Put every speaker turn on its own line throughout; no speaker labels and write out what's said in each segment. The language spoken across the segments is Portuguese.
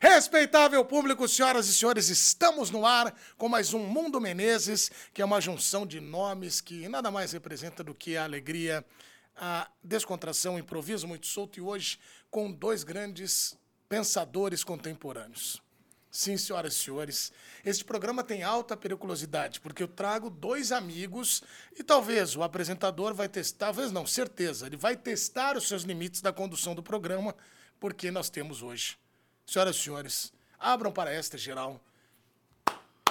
Respeitável público, senhoras e senhores, estamos no ar com mais um Mundo Menezes, que é uma junção de nomes que nada mais representa do que a alegria, a descontração, o improviso muito solto e hoje com dois grandes pensadores contemporâneos. Sim, senhoras e senhores, este programa tem alta periculosidade, porque eu trago dois amigos e talvez o apresentador vai testar, talvez não, certeza, ele vai testar os seus limites da condução do programa, porque nós temos hoje. Senhoras e senhores, abram para esta geral.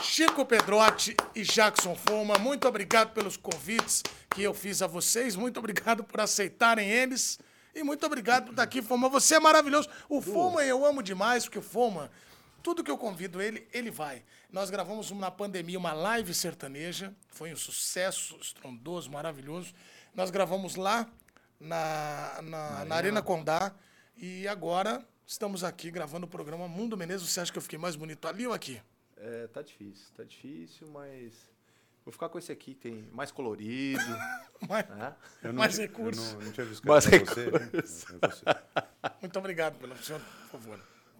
Chico Pedrotti e Jackson Foma, muito obrigado pelos convites que eu fiz a vocês, muito obrigado por aceitarem eles e muito obrigado por estar aqui, Foma. Você é maravilhoso. O Foma eu amo demais, porque o Foma, tudo que eu convido ele, ele vai. Nós gravamos na pandemia uma live sertaneja, foi um sucesso estrondoso, maravilhoso. Nós gravamos lá na, na, na Arena Condá e agora estamos aqui gravando o programa Mundo Menezes. Você acha que eu fiquei mais bonito ali ou aqui?
É, tá difícil, tá difícil, mas. Vou ficar com esse aqui que tem mais colorido.
Mas-
né?
Eu
Mais
ti-
recursos.
Eu não, não tinha visto que
Mais
era pra você. né? Era pra você.
Muito obrigado, pelo senhor, por favor.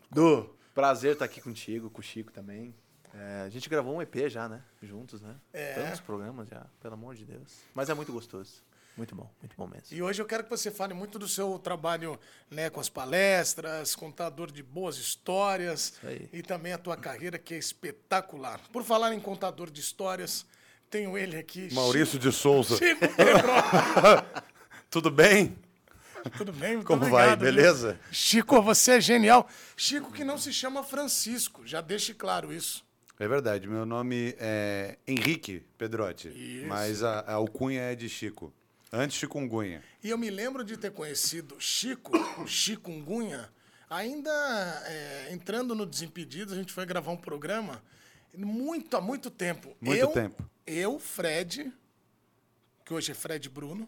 Du, prazer estar aqui contigo, com o Chico também. É, a gente gravou um EP já, né? Juntos, né?
É.
Tantos programas já, pelo amor de Deus. Mas é muito gostoso. Muito bom, muito bom mesmo.
E hoje eu quero que você fale muito do seu trabalho né, com as palestras, contador de boas histórias
aí.
e também a tua carreira que é espetacular. Por falar em contador de histórias, tenho ele aqui.
Maurício de Souza,
Chico Chico Pedrotti.
tudo bem?
Tudo bem? Muito
Como vai?
obrigado, viu?
Beleza?
Chico, você é genial. Chico que não se chama Francisco, já deixe claro isso.
É verdade, meu nome é Henrique Pedrotti,
Isso.
mas a, a alcunha é de Chico. Antes Chikungunya.
E eu me lembro de ter conhecido Chico, Chicungunha, ainda é, entrando no Desimpedidos, a gente foi gravar um programa muito, há muito tempo.
Muito
eu,
tempo.
Eu, Fred, que hoje é Fred Bruno,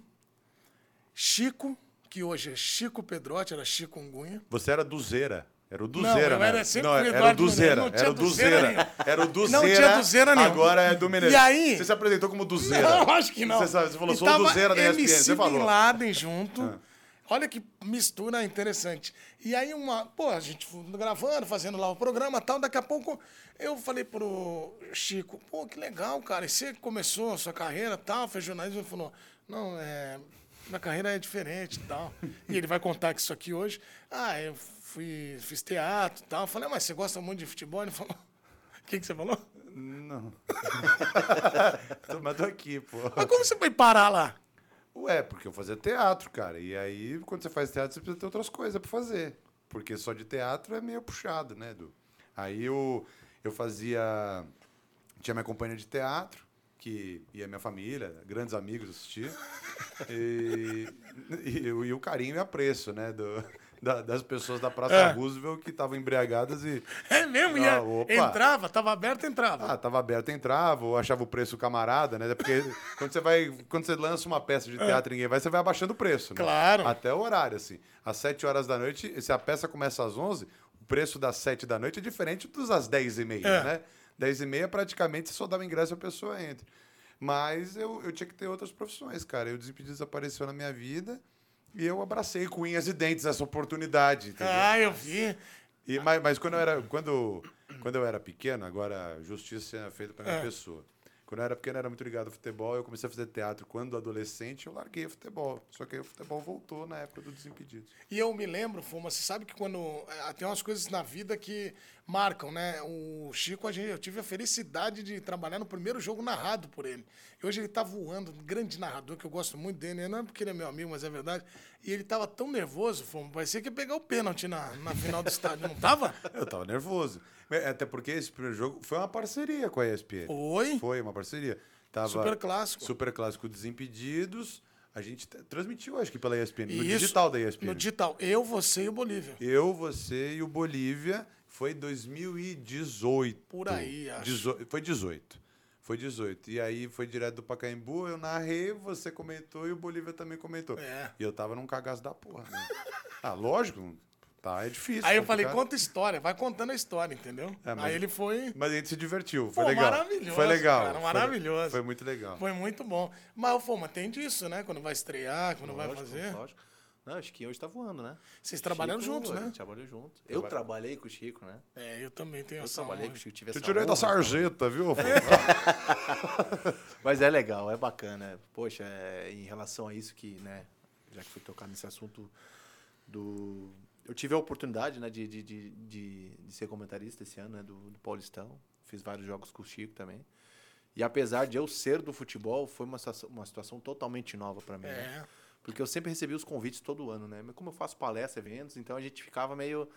Chico, que hoje é Chico Pedrotti, era Chicungunha.
Você era Duzeira. Era o
eu
Duzeira, né?
era sempre
não,
o
era o
Eduardo
Duzeira.
Menezes, não
Era o
tinha Duzeira
Duzeira.
nenhum.
Era o Duzeira.
Não tinha Duzeira nenhum.
Agora é do Menezes.
E aí-
Você se apresentou como Duzeira.
Não, acho que não.
Você, sabe, você falou,
E
sou o
tava
Duzeira da
MC
ESPN. Você
Bin
falou. Ah.
Laden junto. Olha que mistura interessante. E aí uma, pô, a gente foi gravando, fazendo lá o programa, e tal, daqui a pouco eu falei pro Chico, pô, que legal, cara, e você começou a sua carreira, e tal, fez jornalismo, ele falou: "Não, é, minha carreira é diferente, e tal". E ele vai contar que isso aqui hoje, ah, eu fui fiz teatro, e tal. Eu falei: "Ah, "Mas você gosta muito de futebol?" Ele falou: "O que que você falou?"
Não. Tô- Mas tô aqui, pô.
Mas como você foi parar lá?
Ué, porque eu fazia teatro, cara. E aí, quando você faz teatro, você precisa ter outras coisas pra fazer. Porque só de teatro é meio puxado, né, Edu? Aí eu, eu fazia. Tinha minha companhia de teatro, que ia minha família, grandes amigos assistir. E, e, o- e o carinho e apreço, né? do- da- das pessoas da Praça Roosevelt que estavam embriagadas e.
É mesmo? ia-
Ah, opa.
entrava, tava aberto, entrava.
Ah, tava aberto, entrava, ou achava o preço camarada, né? Porque quando você vai. Quando você lança uma peça de teatro e ninguém vai, você vai abaixando o preço, né?
É. Claro.
Até o horário, assim. Às 7 horas da noite, se a peça começa às 11, o preço das 7 da noite é diferente dos às 10 e meia,
É.
né? 10 e meia praticamente você só dá o ingresso e a pessoa entra. Mas eu, eu tinha que ter outras profissões, cara. Eu desimpedido desapareceu na minha vida e eu abracei com unhas e dentes essa oportunidade, entendeu?
Ah, eu vi.
E, mas, mas quando eu era quando, quando eu era pequeno, agora a justiça é feita para minha
É.
pessoa. Quando eu era pequeno, eu era muito ligado ao futebol. Eu comecei a fazer teatro quando adolescente. Eu larguei o futebol. Só que aí o futebol voltou na época do Desimpedidos.
E eu me lembro, Fuma, você sabe que quando. eh, Tem umas coisas na vida que marcam, né? O Chico, a gente, eu tive a felicidade de trabalhar no primeiro jogo narrado por ele. E hoje ele tá voando, um grande narrador, que eu gosto muito dele, né? não é porque ele é meu amigo, mas é verdade. E ele tava tão nervoso, Fuma, parecia que ia pegar o pênalti na, na final do estádio, não tava?
Eu tava nervoso. É, Até porque esse primeiro jogo foi uma parceria com a ESPN.
Foi?
Foi uma parceria. Tava
Superclássico.
Superclássico Desimpedidos. A gente t- transmitiu, acho que pela ESPN. No
Isso,
digital da ESPN.
No digital. Eu, você e o Bolívia.
Eu, você e o Bolívia. Foi 2018.
Por aí, acho.
Dezo- Foi 18. Foi 18. E aí foi direto do Pacaembu, eu narrei, você comentou e o Bolívia também comentou.
É.
E eu tava num cagaço da porra. né? ah, lógico. Tá, é difícil.
Aí eu falei,
complicado.
conta a história, vai contando a história, entendeu?
É, mas-
Aí ele foi.
Mas a gente se divertiu, foi
Pô,
legal.
maravilhoso,
foi legal.
cara,
foi-
maravilhoso.
Foi, muito legal.
Foi muito bom. Mas, pô, mas tem disso, né? Quando vai estrear, quando vai fazer.
Lógico. Não, o Chiquinho hoje tá voando, né?
Vocês trabalharam juntos,
A
né?
gente trabalhou junto. Eu trabalhei com o Chico, né?
É, eu também tenho
Eu
essa
trabalhei com
honra.
o Chico, tive
Te
essa
tirei da
honra.
sarjeta, viu?
Mas é legal, é bacana. Poxa, é, em relação a isso que, né, já que fui tocar nesse assunto do... Eu tive a oportunidade, né, de, de, de, de, de ser comentarista esse ano, né, do, do Paulistão. Fiz vários jogos com o Chico também. E apesar de eu ser do futebol, foi uma situação, uma situação totalmente nova para mim. né?
É.
Porque eu sempre recebi os convites todo ano, né? Mas como eu faço palestra, eventos, então a gente ficava meio,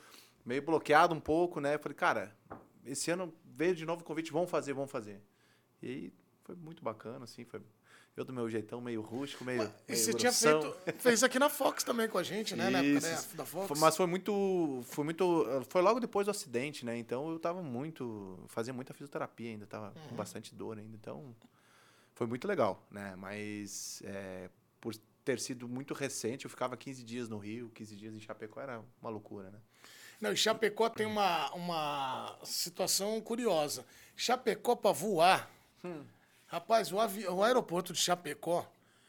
meio bloqueado um pouco, né? Eu falei, cara, esse ano veio de novo o convite, vamos fazer, vamos fazer. E aí foi muito bacana, assim, foi... Eu do meu jeitão meio rústico, meio.
E
meio
você tinha
grossão.
feito. Fez aqui na Fox também com a gente, né? Na época
Isso.
né, da Fox.
Foi- Mas foi muito. Foi muito. Foi logo depois do acidente, né? Então eu tava muito. Fazia muita fisioterapia ainda, tava
Uhum.
com bastante dor ainda. Então. Foi muito legal, né? Mas é, por ter sido muito recente, eu ficava 15 dias no Rio, 15 dias em Chapecó, era uma loucura, né?
Não, e Chapecó tem uma, uma situação curiosa. Chapecó para voar.
Hum.
Rapaz, o, avi- o aeroporto de Chapecó.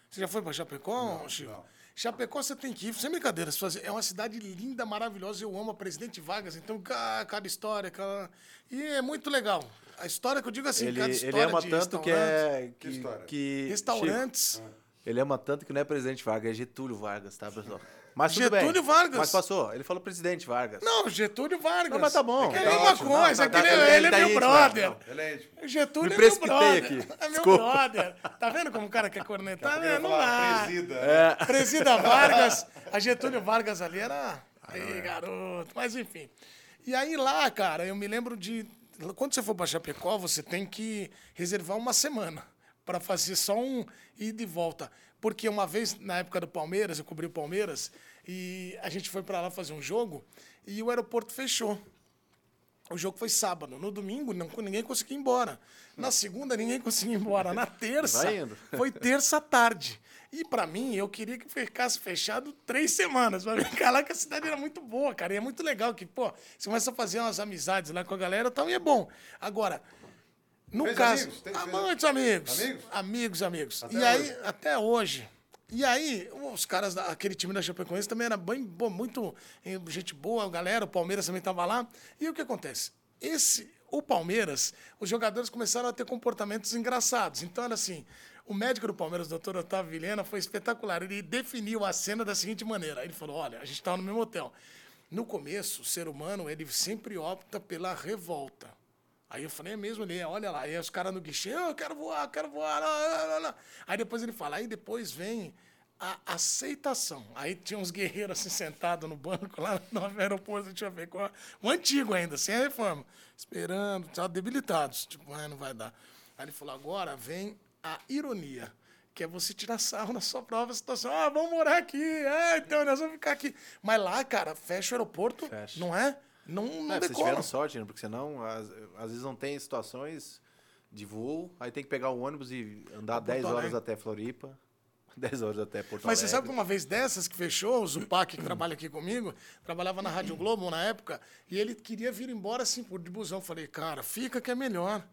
Você já foi para Chapecó, Chico? Chapecó você tem que ir, sem brincadeira, você faz- é uma cidade linda, maravilhosa, eu amo a Presidente Vargas, então ca- cada história, cada... e é muito legal. A história que eu digo assim,
ele,
cada
ele
história
ama
de
tanto que
restaurante,
é.
Que história?
que-
restaurantes,
Chico, ele ama tanto que não é presidente Vargas, é Getúlio Vargas, tá, pessoal? Mas tudo
Getúlio
bem.
Vargas.
Mas passou, ele falou presidente Vargas.
não, Getúlio Vargas.
Não, mas tá bom.
É que
Tá
é uma
ótimo. Não,
coisa,
tá- tá-
aquele-
tá-
ele é
tá
meu
íntimo,
brother.
Excelente.
O Getúlio
Me
é meu
precipitei
brother.
aqui.
É meu
Desculpa.
brother. Tá vendo como o cara quer cornetar? Né? Não dá. Presida.
É.
Vargas. A Getúlio Vargas ali era...
Ah, é.
Aí, garoto. Mas, enfim. E aí, lá, cara, eu me lembro de... Quando você for pra Chapecó, você tem que reservar uma semana para fazer só um ida e volta. Porque uma vez, na época do Palmeiras, eu cobri o Palmeiras, e a gente foi para lá fazer um jogo, e o aeroporto fechou. O jogo foi sábado. No domingo, não, ninguém conseguiu ir embora. Na segunda, ninguém conseguiu ir embora. Na terça,
Vai indo.
foi terça à tarde. E pra mim, eu queria que ficasse fechado três semanas. Pra ficar lá, que a cidade era muito boa, cara. E é muito legal que, pô, você começa a fazer umas amizades lá com a galera e tal, e é bom. Agora, no
Fez
caso.
amigos? Tem-
Ah,
fez-
muitos amigos.
Amigos?
Amigos, amigos. e
hoje?
aí, até hoje. E aí, os caras, da- aquele time da Chapecoense também era bem, bo- muito eh, gente boa, a galera, o Palmeiras também estava lá. E o que acontece? Esse, o Palmeiras, os jogadores começaram a ter comportamentos engraçados. Então, era assim, o médico do Palmeiras, o doutor Otávio Vilhena, foi espetacular. Ele definiu a cena da seguinte maneira. Ele falou, olha, a gente estava no mesmo hotel. No começo, o ser humano, ele sempre opta pela revolta. Aí eu falei, é mesmo, ele, é, olha lá. Aí os caras no guichê, "Ah, eu quero voar, eu quero voar. lá, lá, lá, lá." Aí depois ele fala, aí depois vem a aceitação. Aí tinha uns guerreiros assim sentados no banco lá no aeroporto, deixa eu ver qual. O antigo ainda, sem a reforma. Esperando, tava debilitados. Tipo, ah, não vai dar. Aí ele falou, agora vem a ironia que é você tirar sarro na sua própria situação. Ah, vamos morar aqui. Ah, então nós vamos ficar aqui. Mas lá, cara, fecha o aeroporto,
Fecha.
não é? Não, não
É, vocês
decola.
tiveram sorte, né? Porque senão, às, às vezes não tem situações de voo, aí tem que pegar o ônibus e andar 10 horas
Alegre.
até Floripa, 10 horas até
Mas
Porto Alegre.
você sabe que uma vez dessas que fechou, o Zupac, que trabalha aqui comigo, trabalhava na Rádio Globo na época, e ele queria vir embora assim, por de busão. Eu Falei, cara, fica que é melhor.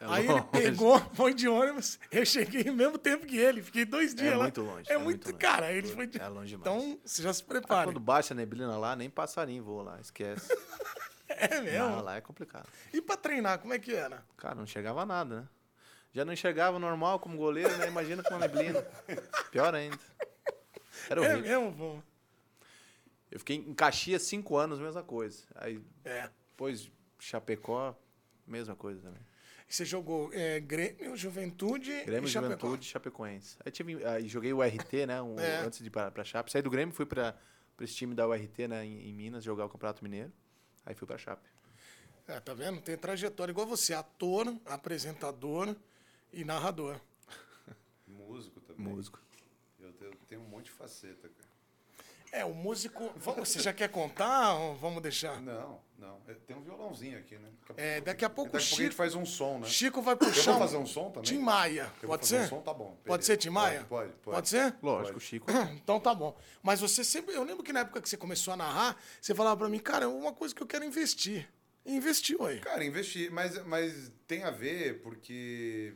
Aí ele
longe.
pegou, foi de ônibus, eu cheguei no mesmo tempo que ele, fiquei dois dias lá.
muito longe,
É,
é
muito,
muito longe.
cara, ele foi de...
É longe demais.
Então, você já se
Aí
prepara.
Quando baixa a neblina lá, nem passarinho voa lá, esquece.
É mesmo.
Não, lá é complicado.
E pra treinar, como é que era?
Cara, não enxergava nada, né? Já não enxergava normal como goleiro, né? Imagina com uma neblina. Pior ainda. Era
É
horrível.
mesmo, pô.
Eu fiquei em Caxias 5 anos, mesma coisa. Aí
É.
depois Chapecó, mesma coisa também.
Você jogou é, Grêmio, Juventude
Grêmio,
e Chapecó.
Juventude, Chapecoense. Aí, tive, aí joguei o RT, né? um-
É.
Antes de ir pra, pra Chape. Saí do Grêmio, fui pra, pra esse time da URT, né? Em, em Minas, jogar o Campeonato Mineiro. Aí fui pra Chape.
É, tá vendo? Tem trajetória igual você, ator, apresentador e narrador.
Músico também.
Músico.
Eu tenho, tenho um monte de faceta, cara.
É, o músico... Vamos, você já quer contar ou vamos deixar?
Não, não. É, Tem um violãozinho aqui, né? Daqui a
É, daqui a pouco o
daqui a pouco a gente
Chico,
faz um som, né?
Chico vai puxar...
fazer um som também?
Tim Maia.
Eu vou
pode
fazer
ser?
um som, tá bom,
Pode
beleza.
ser, Tim Maia?
Pode, pode, pode.
Pode ser?
Lógico, o Chico.
Então tá bom. Mas você sempre. Eu lembro que na época que você começou a narrar, você falava pra mim, cara, é uma coisa que eu quero investir. E investiu aí.
Cara, investir, mas, mas tem a ver porque.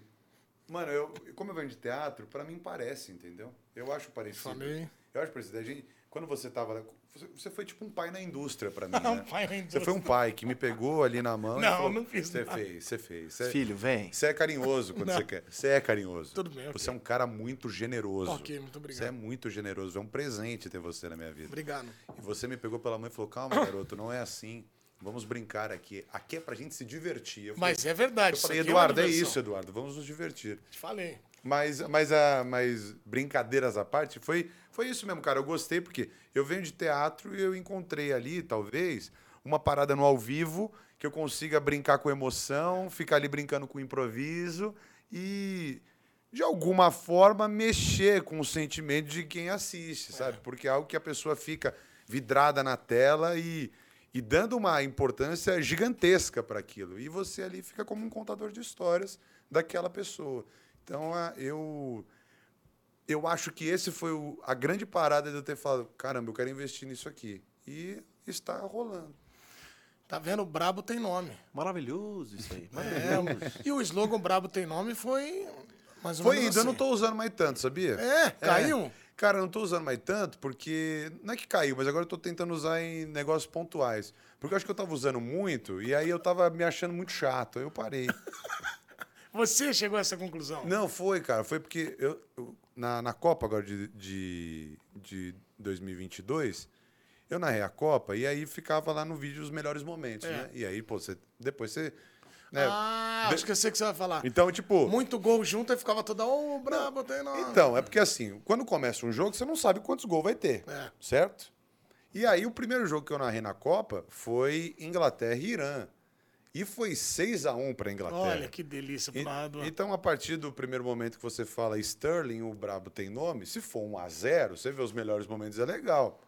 Mano, eu, como eu venho de teatro, pra mim parece, entendeu? Eu acho parecido.
Falei.
Eu acho parecido. A gente, Quando você tava. lá, Você, você foi tipo um pai na indústria pra mim.
Um
né?
pai na
Você foi um pai que me pegou ali na mão. e
Não,
falou,
não fiz
Você
nada."
fez, você fez. Você,
Filho, vem.
você é carinhoso quando
Não.
você quer. Você é carinhoso.
Tudo bem, ok.
Você é um cara muito generoso.
Ok, muito obrigado.
Você é muito generoso. É um presente ter você na minha vida.
Obrigado.
E você me pegou pela mão e falou: calma, garoto, não é assim. Vamos brincar aqui. Aqui é pra gente se divertir. Eu falei,
Mas é verdade.
eu
isso
falei
aqui
Eduardo,
uma
é
diversão.
isso, Eduardo, vamos nos divertir.
Te falei.
Mas, mas, a, mas brincadeiras à parte, foi, foi isso mesmo, cara. Eu gostei, porque eu venho de teatro e eu encontrei ali, talvez, uma parada no ao vivo que eu consiga brincar com emoção, ficar ali brincando com improviso e, de alguma forma, mexer com o sentimento de quem assiste, sabe? Porque é algo que a pessoa fica vidrada na tela e, e dando uma importância gigantesca para aquilo. E você ali fica como um contador de histórias daquela pessoa. Então, a- eu eu acho que esse foi o- a grande parada de eu ter falado, caramba, eu quero investir nisso aqui. E está rolando.
Tá vendo? Brabo tem nome.
Maravilhoso isso aí.
É,
Maravilhoso.
e o slogan Brabo tem nome foi. Mais ou
Foi
menos
indo, eu não
assim.
tô usando mais tanto, sabia?
É, caiu?
Cara, eu não tô usando mais tanto porque. Não é que caiu, mas agora eu tô tentando usar em negócios pontuais. Porque eu acho que eu tava usando muito e aí eu tava me achando muito chato. Aí eu parei.
Você chegou a essa conclusão?
Não, foi, cara. Foi porque eu, eu- na, na Copa agora de, de, de 2022, eu narrei a Copa e aí ficava lá no vídeo os melhores momentos, né? E aí, pô, você, depois você... né?
É. Ah, acho que eu sei o que você vai falar.
Então, tipo...
Muito gol junto e ficava toda. Ô, Brabo tem nome.
Então, é porque assim, quando começa um jogo, você não sabe quantos gols vai ter,
É.
certo? E aí, o primeiro jogo que eu narrei na Copa foi Inglaterra e Irã. E foi 6 a 1 para Inglaterra.
Olha que delícia pro
E-
narrador.
então, a partir do primeiro momento que você fala Sterling, o brabo tem nome, se for um a zero, você vê os melhores momentos, é legal.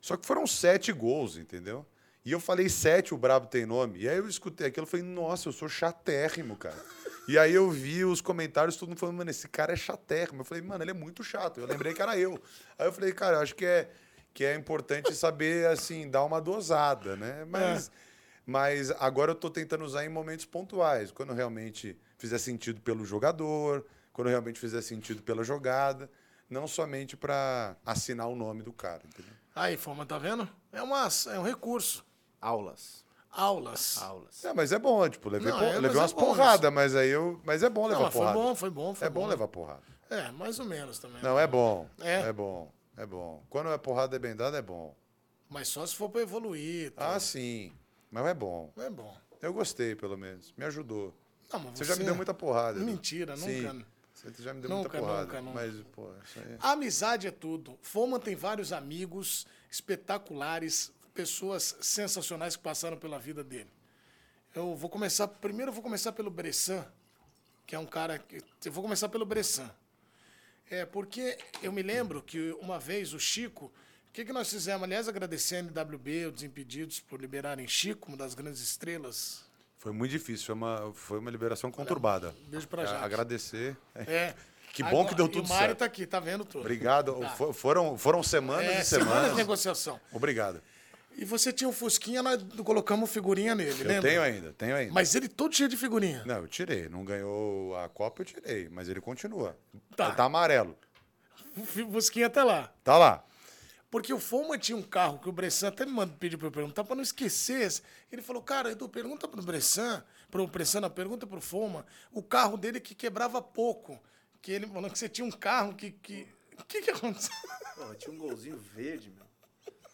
Só que foram sete gols, entendeu? E eu falei sete, o brabo tem nome. E aí eu escutei aquilo e falei, nossa, eu sou chatérrimo, cara. e aí eu vi os comentários, todo mundo falando, mano, esse cara é chatérrimo. Eu falei, mano, ele é muito chato. Eu lembrei que era eu. Aí eu falei, cara, eu acho que é, que é importante saber, assim, dar uma dosada, né? Mas... Mas agora eu tô tentando usar em momentos pontuais, quando realmente fizer sentido pelo jogador, quando realmente fizer sentido pela jogada, não somente para assinar o nome do cara, entendeu?
Aí, Foma, tá vendo? É, uma, é um recurso.
Aulas.
Aulas.
Aulas.
É, mas é bom, tipo, levei,
Não,
por-
é, mas
levei
é
umas
bom,
porradas, mas aí eu. Mas é bom levar
Não, mas foi
porrada.
bom, foi bom. Foi
é bom levar porrada.
É, mais ou menos também.
Não, é bom.
É.
É. bom. É bom. Quando é porrada é bem dada, é bom.
Mas só se for pra evoluir. Tá?
Ah, sim. Mas é bom.
É bom.
Eu gostei, pelo menos. Me ajudou.
Não, mas
Você, já me deu muita porrada. Edu.
Mentira, nunca. né?
Sim. Você já me deu
Nunca,
muita porrada.
nunca, nunca.
Mas, pô, isso aí.
Amizade é tudo. Foma tem vários amigos espetaculares, pessoas sensacionais que passaram pela vida dele. Eu vou começar, primeiro eu vou começar pelo Bressan, que é um cara que eu vou começar pelo Bressan. É porque eu me lembro que uma vez o Chico, o que que nós fizemos? Aliás, agradecer a NWB, o Desimpedidos por liberarem Chico, uma das grandes estrelas.
Foi muito difícil, foi uma, foi uma liberação conturbada.
beijo pra
A-
Jade.
Agradecer.
É.
Que bom que deu tudo
e o Mário
certo.
tá aqui, tá vendo tudo.
Obrigado. um Fo- Foram, foram semanas
Tá. É,
e
semana de
semanas.
negociação.
Obrigado.
E você tinha um Fusquinha, nós colocamos figurinha nele,
Eu
lembra?
tenho ainda, tenho ainda.
Mas ele todo cheio de figurinha.
Não, eu tirei. Não ganhou a Copa, eu tirei. Mas ele continua.
Tá.
Tá, amarelo.
O fi- Fusquinha tá lá.
Tá lá.
Porque o Foma tinha um carro que o Bressan até me mandou pedir pra eu perguntar, pra não esquecer. Ele falou, cara, Edu, pergunta pro Bressan, pro Bressan, não, pergunta pro Foma, o carro dele que quebrava pouco. Que ele falou que você tinha um carro que... que... O que que aconteceu?
Pô, tinha um golzinho verde, meu.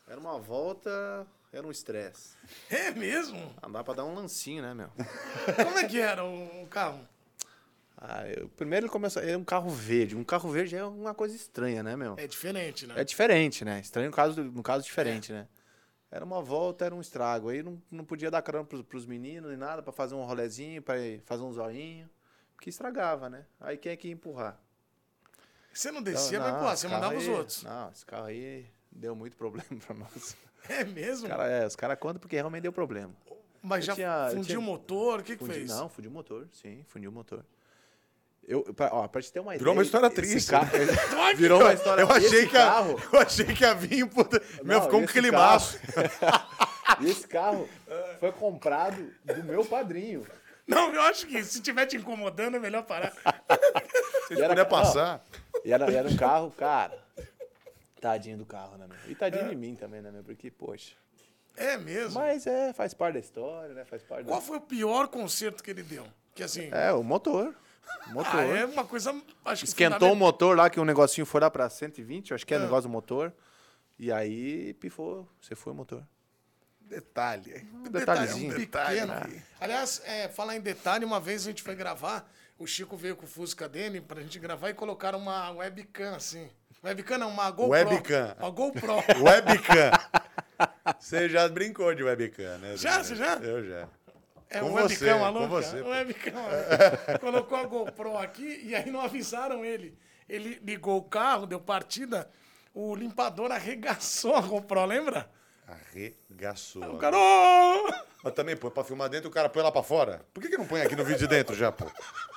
Era uma volta, era um estresse.
É mesmo?
Andava pra dar um lancinho, né, meu?
Como é que era o o carro?
Ah, eu- primeiro ele começou. Era um carro verde. Um carro verde é uma coisa estranha, né, meu?
É diferente, né?
É diferente, né? Estranho no caso, no caso diferente, né? Era uma volta, era um estrago. Aí não, não podia dar carona pros, pros meninos nem nada, pra fazer um rolezinho, pra fazer um zoinho. Porque estragava, né? Aí quem é que ia empurrar?
Você não
Então,
descia, mas
não,
pô,
esse
você
carro
mandava os
aí-
outros.
Não, esse carro aí deu muito problema pra nós.
É mesmo?
Os caras é, os cara contam porque realmente deu problema.
mas
eu
já
tinha- eu
fundiu
tinha-
o motor, o que que
Fundi-
fez?
Não, fundiu o motor, sim, fundiu o motor. Eu, pra, ó, pra te ter uma
Virou uma
ideia,
história
esse
triste,
Carro,
Virou
uma história
Eu achei
esse
que a,
carro-
eu achei que a vinho. puta, Meu,
Não,
ficou um
esse
climaço.
E esse carro foi comprado do meu padrinho.
Não, eu acho que se estiver te incomodando, é melhor parar.
Se
E era-
puder
não.
passar.
E era, era um carro, cara. Tadinho do carro, né, meu? E tadinho de mim também, né, meu? Porque, poxa.
É mesmo?
Mas é, faz parte da história, né? Faz parte
Qual
da...
foi o pior concerto que ele deu? Que assim.
É, o motor. O motor.
ah, é uma coisa. Acho que
Esquentou um o
fundamental.
motor lá, que o negocinho foi lá pra 120, eu acho que é o negócio do motor. E aí pifou, você foi o motor.
Detalhe. é
Um
Detalhe,
detalhezinho.
um
Detalhe,
pequeno.
né?
Aliás, é, falar em detalhe, uma vez a gente foi gravar, o Chico veio com o Fusca dele pra gente gravar e colocaram uma webcam, assim. Webcam não, uma GoPro.
Webcam.
Uma GoPro.
Webcam. Você já brincou de webcam, né?
Já,
Daniel?
você já?
Eu já.
É
Com
um webcam
você,
maluco.
com você, pô.
webcam maluco. Colocou a GoPro aqui e aí não avisaram ele. Ele ligou o carro, deu partida, o limpador arregaçou a GoPro, lembra?
Arregaçou.
O cara. "Ô!"
Mas também, pô, pra filmar dentro, o cara põe lá pra fora. Por que, que não põe aqui no vídeo de dentro já, pô?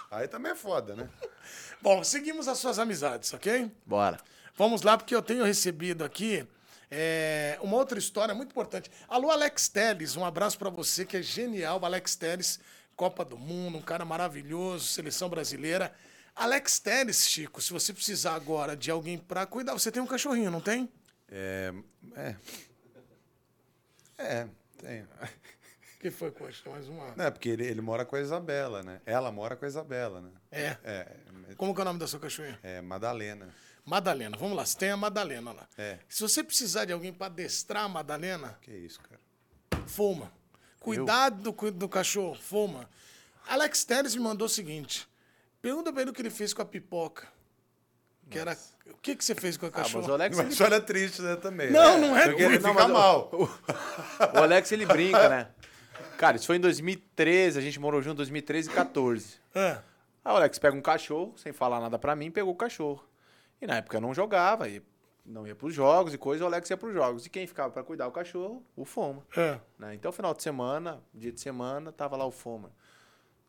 Aí também é foda, né?
Bom, seguimos as suas amizades, ok?
Bora.
Vamos lá, porque eu tenho recebido aqui é, uma outra história muito importante. Alô, Alex Teles, um abraço para você, que é genial. O Alex Teles, Copa do Mundo, um cara maravilhoso, seleção brasileira. Alex Teles, Chico, se você precisar agora de alguém para cuidar, você tem um cachorrinho, não tem?
É. É. É, tem.
que foi, Coxa? Mais
um
uma.
Não, é porque ele, ele mora com a Isabela, né? Ela mora com a Isabela, né?
É.
É.
Como que é o nome da sua cachorrinha?
É, Madalena.
Madalena. Vamos lá, você tem a Madalena lá.
É.
Se você precisar de alguém para adestrar a Madalena,
Que isso, cara.
Fuma. Cuidado do, cu- do cachorro, fuma. Alex Teres me mandou o seguinte: pergunta pra ele o que ele fez com a pipoca. Que era, o que, É que você fez com a
Ah, mas o
cachorra?
Alex, ele,
Mas olha triste, né, também.
Não, não é
Porque ele
triste.
Não,
fica
mas-
mal.
o Alex, ele brinca, né? Cara, isso foi em 2013, a gente morou junto em 2013 e 14.
Ah,
Aí o Alex pega um cachorro, sem falar nada pra mim, pegou o cachorro. E na época eu não jogava, e não ia pros jogos e coisa, o Alex ia pros jogos. E quem ficava pra cuidar o cachorro? O Foma.
ah.
né? Então, final de semana, dia de semana, tava lá o Foma,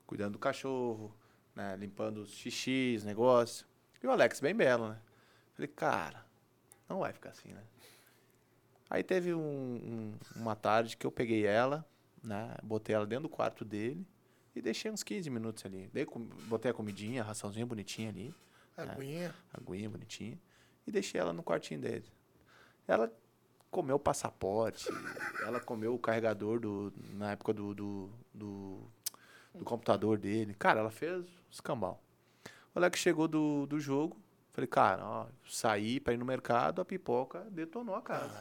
cuidando do cachorro, né? limpando os xixis, negócio. E o Alex, bem belo, né? Falei, cara, não vai ficar assim, né? Aí teve um- um- uma tarde que eu peguei ela, né? Botei ela dentro do quarto dele e deixei uns 15 minutos ali. Dei, com- botei a comidinha, a raçãozinha bonitinha ali
Aguinha.
aguinha bonitinha, e deixei ela no quartinho dele. Ela comeu o passaporte, ela comeu o carregador do, na época do, do, do, do computador dele. Cara, ela fez escambau. O Alex chegou do, do jogo, falei, cara, ó, saí pra ir no mercado, a pipoca detonou a casa.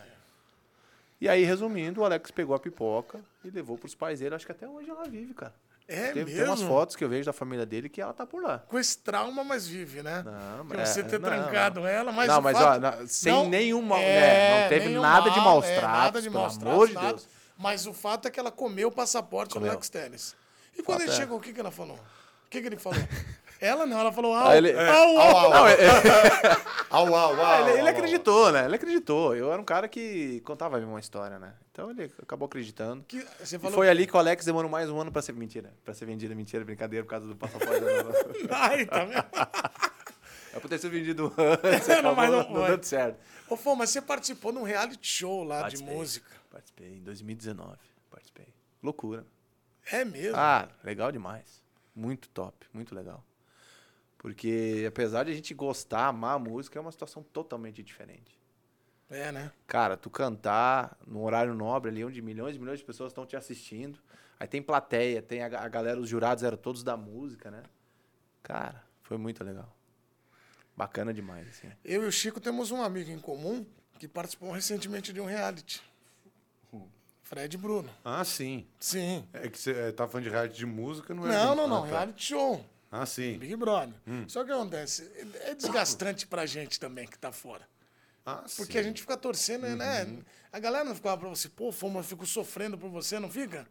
E aí, resumindo, o Alex pegou a pipoca e levou pros pais dele. Acho que até hoje ela vive, cara.
É
tem,
mesmo?
tem umas fotos que eu vejo da família dele que ela tá por lá.
Com esse trauma, mas vive, né?
Não,
que
é,
você ter
não,
trancado ela, mas.
não,
o
mas
fato- é,
ó, na- sem
Não-
nenhum mal.
É,
né? Não teve
nenhum
nada de maus
mal, é,
tratos,
nada de
pelo
maus
amor de
nada.
Deus.
Mas o fato é que ela comeu o passaporte
Comeu.
do Alex Telles. E quando ele
é.
chegou, o que, que ela falou? O que, que ele falau? ela não, ela falou. "Ah, Au,
Aí ele- é, ah,
au, au,
Au, au,
Não, ele,
Au, au, au,
Ah,
au,
ele- ele
au, au.
acreditou, né? Ele acreditou. Eu era um cara que contava a mesma história, né? Então ele acabou acreditando.
Que- você
E
falou
foi ali que o Alex demorou mais um ano pra ser mentira. Pra ser vendida, mentira, é brincadeira, por causa do passaporte.
Ai, tá vendo?
é por ter sido vendido antes,
Não,
acabou
mas não
não
foi.
dando certo.
Ô, Fô, mas você participou de um reality show lá de
Participei.
música.
Participei em 2019. Participei. Loucura.
É mesmo?
Ah, legal demais. Muito top, muito legal. Porque apesar de a gente gostar, amar a música, é uma situação totalmente diferente.
É, né?
Cara, tu cantar num horário nobre ali, onde milhões e milhões de pessoas estão te assistindo. Aí tem plateia, tem a, ga- a galera, os jurados eram todos da música, né? Cara, foi muito legal. Bacana demais, assim.
Eu e o Chico temos um amigo em comum que participou recentemente de um reality. Fred Bruno.
Ah, sim.
Sim.
É que você é, tá falando de reality de música, não é?
Não, não, não.
Ah, tá.
Reality show.
Ah, sim.
Big Brother. Só que acontece, é desgastante pra gente também que tá fora.
Ah,
Porque
sim.
a gente fica torcendo, né? A galera não ficava pra você, pô, Foma, eu fico sofrendo por você, não fica?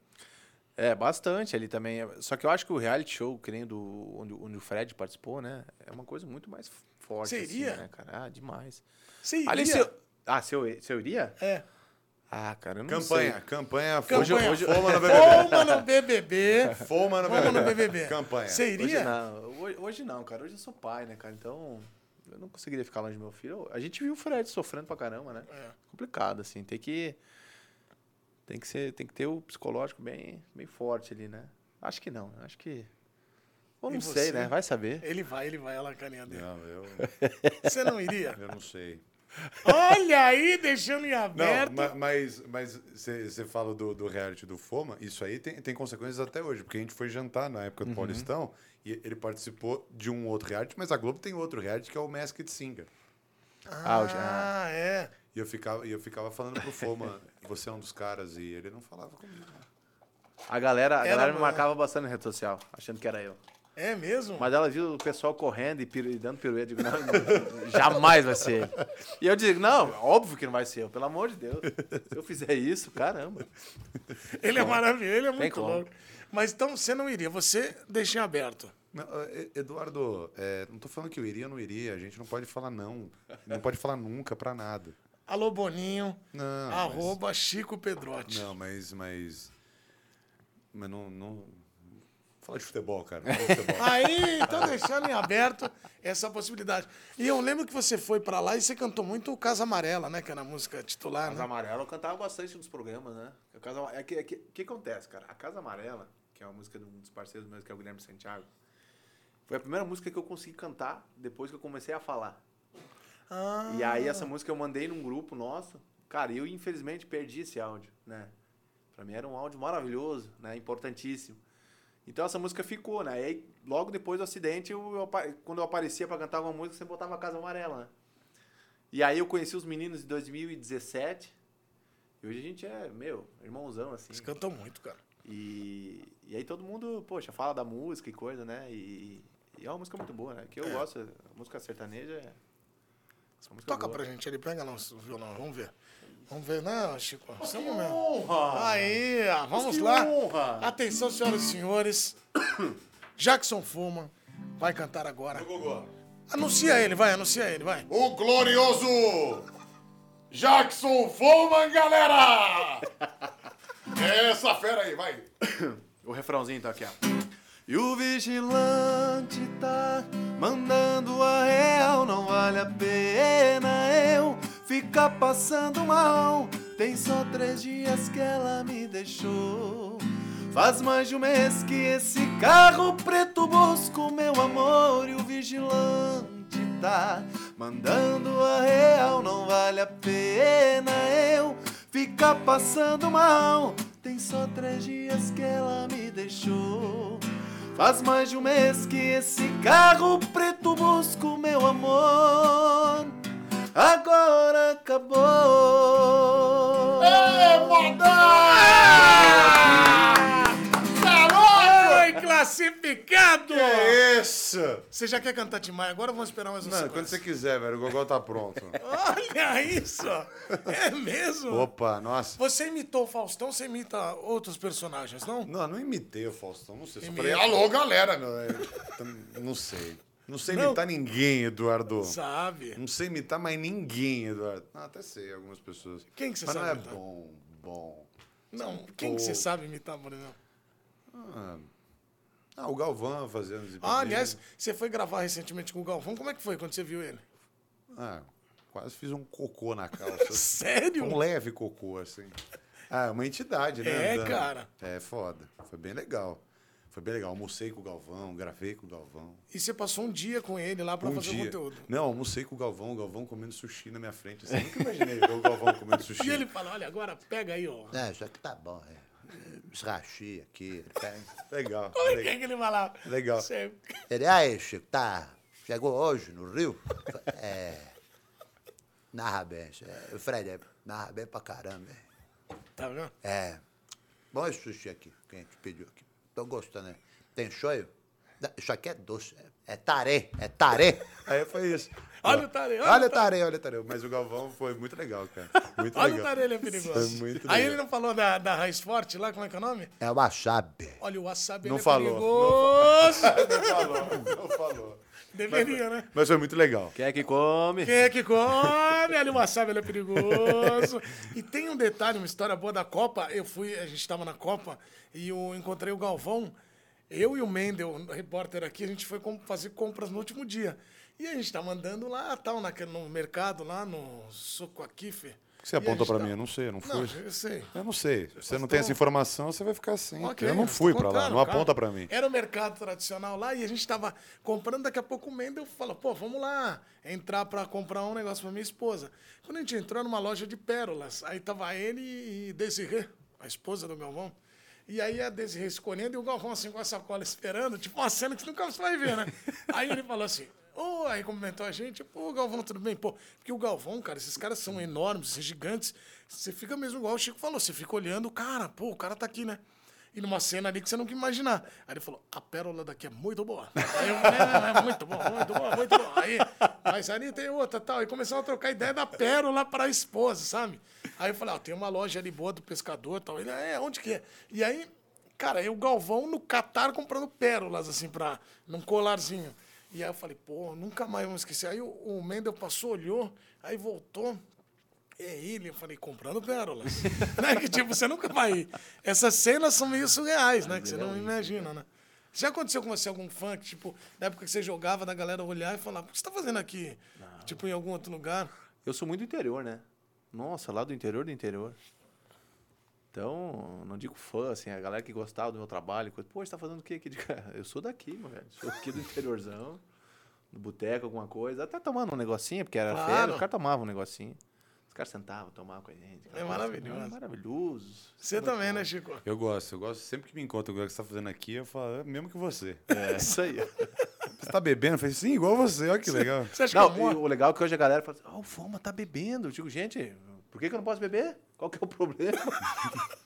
É, bastante ali também. Só que eu acho que o reality show, que nem do, onde, onde o Fred participou, né? É uma coisa muito mais forte,
Seria?
assim, né, cara? Ah, demais.
Sim.
Ali se eu... Ah, se eu, se eu iria?
É.
Ah, cara, eu não
Campanha,
sei.
campanha,
Hoje-
Foma-
hoje-
Foma no BBB.
Foma no BBB.
Foma no
Foma
BBB.
no BBB.
Campanha.
Você
Hoje
iria?
não, hoje, hoje não, cara. Hoje eu sou pai, né, cara? Então, eu não conseguiria ficar longe do meu filho. A gente viu o Fred sofrendo pra caramba, né?
É.
Complicado, assim. Tem que... Tem que, ser, tem que ter o psicológico bem, bem forte ali, né? Acho que não. Acho que... Eu
E
não
você?
sei, né? Vai saber.
Ele vai, ele vai, olha a carinha dele.
Não, eu,
Você não iria?
eu não sei.
Olha aí, deixando em aberto.
Não, ma- mas mas você fala do, do reality do Foma, isso aí tem, tem consequências até hoje, porque a gente foi jantar na época do Paulistão e ele participou de um outro reality, mas a Globo tem outro reality que é o Masked Singer.
Ah, eu já-
Ah, é.
E eu ficava, e eu ficava falando pro Foma, você é um dos caras, e ele não falava comigo.
A galera, a
Era
galera me
uma-
marcava bastante na rede social, achando que era eu.
É mesmo?
Mas ela viu o pessoal correndo e, piru- e dando pirueta. Digo, não, não, jamais vai ser ele. E eu digo, não, óbvio que não vai ser eu, pelo amor de Deus. Se eu fizer isso, caramba.
Ele é maravilhoso, ele é muito
como.
louco. Mas então você não iria, você deixa em aberto.
Não, eh, Eduardo, eh, não tô falando que eu iria ou não iria, a gente não pode falar não. Não pode falar nunca pra nada.
Alô, Boninho,
Ah,
Não, mas-
arroba Chico Pedrotti.
Não, mas. Mas, mas não, não. Fala de futebol, cara. Fala de futebol.
Aí, então deixando em aberto essa possibilidade. E eu lembro que você foi pra lá e você cantou muito o Casa Amarela, né? Que era a música titular,
Casa
né?
Amarela eu cantava bastante nos programas, né? A Casa Ama- é que, é que, o que acontece, cara? A Casa Amarela, que é uma música de um dos parceiros meus, que é o Guilherme Santiago, foi a primeira música que eu consegui cantar depois que eu comecei a falar.
Ah,
E aí essa música eu mandei num grupo nosso. Cara, eu infelizmente perdi esse áudio, né? Pra mim era um áudio maravilhoso, né? Importantíssimo. Então essa música ficou, né? E aí, logo depois do acidente, eu, eu apa- quando eu aparecia pra cantar alguma música, você botava a Casa Amarela, né? E aí eu conheci os meninos em 2017. E hoje a gente é, meu, irmãozão, assim.
Ah, você cantou muito, cara.
E, e aí todo mundo, poxa, fala da música e coisa, né? E, e é uma música muito boa, né? Que eu gosto, a música sertaneja é... essa música é
Toca
boa.
pra gente ali, pega lá o violão, vamos ver. Vamos ver, não, Chico, só um momento.
honra!
Aí, ó, vamos
que
lá.
honra!
Atenção, senhoras e senhores. Jackson Fuma vai cantar agora. Anuncia ele, vai, anuncia ele, vai.
O glorioso Jackson Foman, galera! É Essa fera aí, vai.
O refrãozinho tá aqui, ó. E o vigilante tá mandando a real, não vale a pena eu ficar passando mal. Tem só três dias que ela me deixou. Faz mais de um mês que esse carro preto busca o meu amor e o vigilante tá mandando a real, não vale a pena eu ficar passando mal. Tem só três dias que ela me deixou. Faz mais de um mês que esse carro preto busca o meu amor. Agora acabou.
É,
Ah!
Foi classificado!
Tá Que é isso?
Você já quer cantar demais? Agora vamos esperar mais um
Não,
segundo.
quando você quiser, velho, o Gogol tá pronto.
Olha isso! É mesmo?
Opa, nossa.
Você imitou o Faustão, você imita outros personagens, não?
Não, não imitei o Faustão, não sei. Só
Imita.
falei, alô, galera, meu. Eu Não sei. Não sei
Não.
imitar ninguém, Eduardo.
Sabe?
Não sei imitar mais ninguém, Eduardo. Ah, até sei algumas pessoas.
Quem que você
Mas não
sabe
é
imitar?
bom, bom.
Não, quem que você sabe imitar, por exemplo?
Ah, o Galvão fazendo os
Ah, aliás, você foi gravar recentemente com o Galvão. Como é que foi quando você viu ele?
Ah, quase fiz um cocô na calça.
Sério?
um leve cocô, assim. Ah, é uma entidade, né?
É,
andando.
cara.
É foda. Foi bem legal. Foi bem legal. Almocei com o Galvão, gravei com o Galvão.
E você passou um dia com ele lá pra
um
fazer
dia.
o conteúdo.
Não, almocei com o Galvão, o Galvão comendo sushi na minha frente. Assim, nunca imaginei ver o Galvão comendo sushi.
E ele fala, olha, agora pega aí, ó.
É, isso aqui tá bom, é. Os rachi aqui. tá?
É, Legal.
Olha
le-
quem que ele vai lá.
Legal.
Você-
Ele, aí, Chico, tá. Chegou hoje no Rio? É. Narra bem. É, o Fred, é, narra bem pra caramba. é.
Tá vendo?
É. Bom esse sushi aqui, que a gente pediu aqui. Tô gostando, né? Tem shoyu? Não, Isso aqui é doce. É, é tarê, é tarê.
Aí foi isso.
Olha o Tarei, olha
Olha
o
o Tarei, olha o Tarei. Mas o Galvão foi muito legal, cara. Muito
Olha
legal.
o Tarelli, é
Foi
perigoso.
muito
aí
legal.
ele não falou da, da Raiz Forte lá, como é que é o nome?
É wasabi.
Olha, o wasabi
Não
ele é
falou,
perigoso.
Não falou, não falou.
Deveria, né?
Mas foi muito legal.
Quem é que come?
Quem é que come? Olha, o wasabi ele é perigoso. E tem um detalhe, uma história boa da Copa. Eu fui, a gente estava na Copa e eu encontrei o Galvão. Eu e o Mendel, o repórter aqui, a gente foi com- fazer compras no último dia. E a gente estava andando lá, tal, naquele, no mercado, lá no Soco Aquife.
que você
a gente
apontou pra
tá-
mim? Eu não sei, eu não
Não,
fui.
eu sei.
Eu não sei. Se você não
Então-
tem essa informação, você vai ficar sem.
Ok,
eu não fui pra lá,
contando,
não
cara. É-
aponta pra mim.
Era o mercado tradicional lá e a gente tava comprando, daqui a pouco o Mendel falou, pô, vamos lá entrar pra comprar um negócio pra minha esposa. Quando a gente entrou numa loja de pérolas, aí tava ele e Desirê, a esposa do Galvão, e aí a Desirê escolhendo e o Galvão assim com a sacola esperando, tipo uma cena que você nunca vai ver, né? Aí ele falou assim... Ô, aí cumprimentou a gente, pô, Galvão, tudo bem? Pô, porque o Galvão, cara, esses caras são enormes, gigantes. Você fica mesmo igual o Chico falou, você fica olhando, cara, pô, o cara tá aqui, né? E numa cena ali que você nunca imaginar. Aí ele falou, a pérola daqui é muito boa. Aí eu, é, é, é muito boa, muito boa, muito boa. Aí, mas ali tem outra tal. E começaram a trocar ideia da pérola para a esposa, sabe? Aí eu falei, ó, tem uma loja ali boa do pescador tal. Ele, é, onde que é? E aí, cara, eu, Galvão, no Catar, comprando pérolas, assim, pra, num colarzinho. E aí eu falei, pô, nunca mais vamos esquecer. Aí o, o Mendel passou, olhou, aí voltou. É ele, eu falei, comprando pérolas. né? Que tipo, você nunca vai. Essas cenas são meio surreais, né? Que você não imagina, né? Já aconteceu com você algum funk, tipo, na época que você jogava, da galera olhar e falar, o que você tá fazendo aqui? Tipo, em algum outro lugar.
Eu sou muito do interior, né? Nossa, lá do interior do interior. Então, não digo fã, assim, a galera que gostava do meu trabalho, coisa, pô, você tá fazendo o quê aqui de cara? Eu sou daqui, mano, velho. Sou aqui do interiorzão, do boteco, alguma coisa. Até tomando um negocinho, porque era
Claro.
férias, os caras tomavam um negocinho. Os caras sentavam, tomavam com a gente. aquela
É
coisa,
maravilhoso.
É maravilhoso. é
Você também, né, Chico?
Eu gosto, eu gosto. Sempre que me encontro com o que você tá fazendo aqui, eu falo, é mesmo que você.
É, isso aí.
Você tá bebendo? Eu falei, sim, igual você, olha que legal.
Você acha
Não,
que
e
eu morro?
o legal é que hoje a galera fala assim, "Ah, o Foma tá bebendo. Eu digo, gente, por que, que eu não posso beber? Qual que é o problema?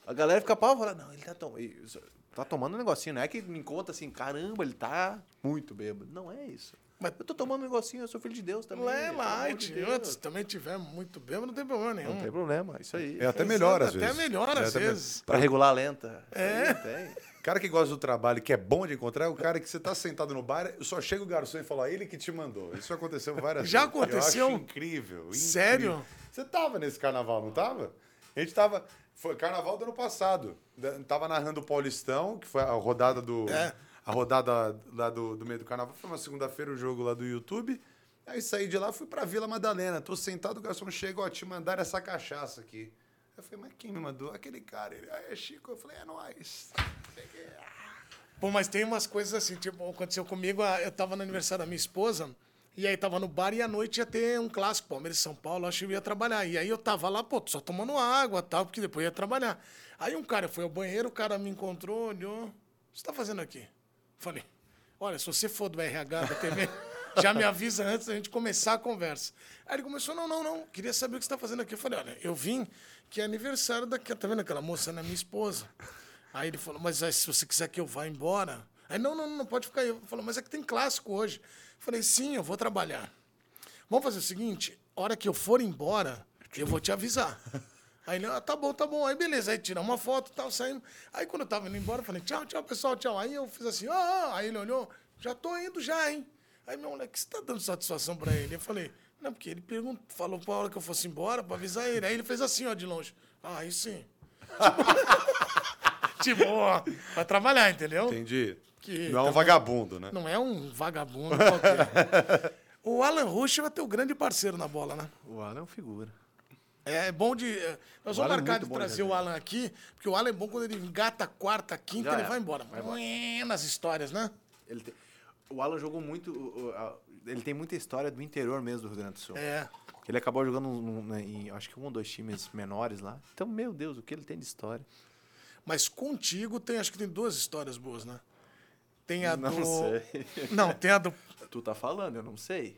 a galera fica pau fala, não, ele tá, tom... e isso- tá tomando um negocinho. Não é que me encontra assim, caramba, ele tá muito bêbado. Não é isso.
Mas-
eu tô tomando um negocinho, eu sou filho de Deus também.
Não é
pelo amor
light.
de Deus."
outros também tiver muito bêbado, não tem problema nenhum.
Não tem problema, isso aí.
É até melhor às
Até
vezes.
melhor,
É
às
até me-
vezes.
Pra regular a lenta. É. Tem.
Cara que gosta do trabalho, que é bom de encontrar, é o cara que você tá sentado no bar, só chega o garçom e fala, ele que te mandou. Isso aconteceu várias
Já
vezes.
aconteceu?
Eu acho incrível. incrível.
Sério?
Você tava nesse carnaval, não tava? A gente tava. Foi carnaval do ano passado. Da- Tava narrando o Paulistão, que foi a rodada do.
É.
A rodada lá do, do meio do carnaval. Foi uma segunda-feira o jogo lá do YouTube. Aí saí de lá, fui pra Vila Madalena. Tô sentado, o garçom chega, ó, te mandaram essa cachaça aqui. Eu falei, mas quem me mandou? Aquele cara. Ele, ah, é Chico. Eu falei, é nóis.
Pô, mas tem umas coisas assim, tipo, aconteceu comigo, a- eu tava no aniversário da minha esposa, e aí tava no bar e à noite ia ter um clássico, Palmeiras e São Paulo, acho que eu ia trabalhar. E aí eu tava lá, pô, só tomando água e tal, porque depois eu ia trabalhar. Aí um cara foi ao banheiro, o cara me encontrou, olhou, o que você tá fazendo aqui? Falei, olha, se você for do RH da TV, já me avisa antes da gente começar a conversa. Aí ele começou, não, não, não, queria saber o que você tá fazendo aqui. Eu falei, olha, eu vim que é aniversário daquela, tá vendo aquela moça, né, minha esposa. Aí ele falou, mas aí, se você quiser que eu vá embora. Aí, não, não, não pode ficar aí. Ele falou, mas é que tem clássico hoje. Eu falei, sim, eu vou trabalhar. Vamos fazer o seguinte: a hora que eu for embora, eu vou te avisar. Aí ele, ah, tá bom, tá bom. Aí beleza, aí tiramos uma foto e tal, saímos. Aí quando eu tava indo embora, eu falei, tchau, tchau, pessoal, tchau. Aí eu fiz assim, ah, ah. aí ele olhou, já tô indo já, hein? Aí meu moleque, você tá dando satisfação pra ele? Eu falei, não, porque ele perguntou, falou pra hora que eu fosse embora, pra avisar ele. Aí ele fez assim, ó, de longe. Ah, aí sim. Tipo, ó, pra trabalhar, entendeu?
Entendi.
Que-
não é um vagabundo, né?
Não é um vagabundo qualquer. o Alan Rush vai ter o grande parceiro na bola, né?
O Alan é um figura.
É bom de. é, Nós vamos
Alan é
marcar
muito
de
bom de
trazer o
resenha.
Alan aqui, porque o Alan é bom quando ele engata a quarta, a quinta,
Já
ele
era.
vai embora.
Vai embora.
Ué, Nas histórias, né?
Ele tem- O Alan jogou muito. o- o- a- Ele tem muita história do interior mesmo do Rio Grande do Sul.
É.
Ele acabou jogando um- um- né, em, acho que um ou dois times menores lá. Então, meu Deus, o que ele tem de história?
Mas contigo tem, acho que tem duas histórias boas, né? Tem a
Não
do.
sei.
Não, tem a do.
Tu tá falando, eu não sei.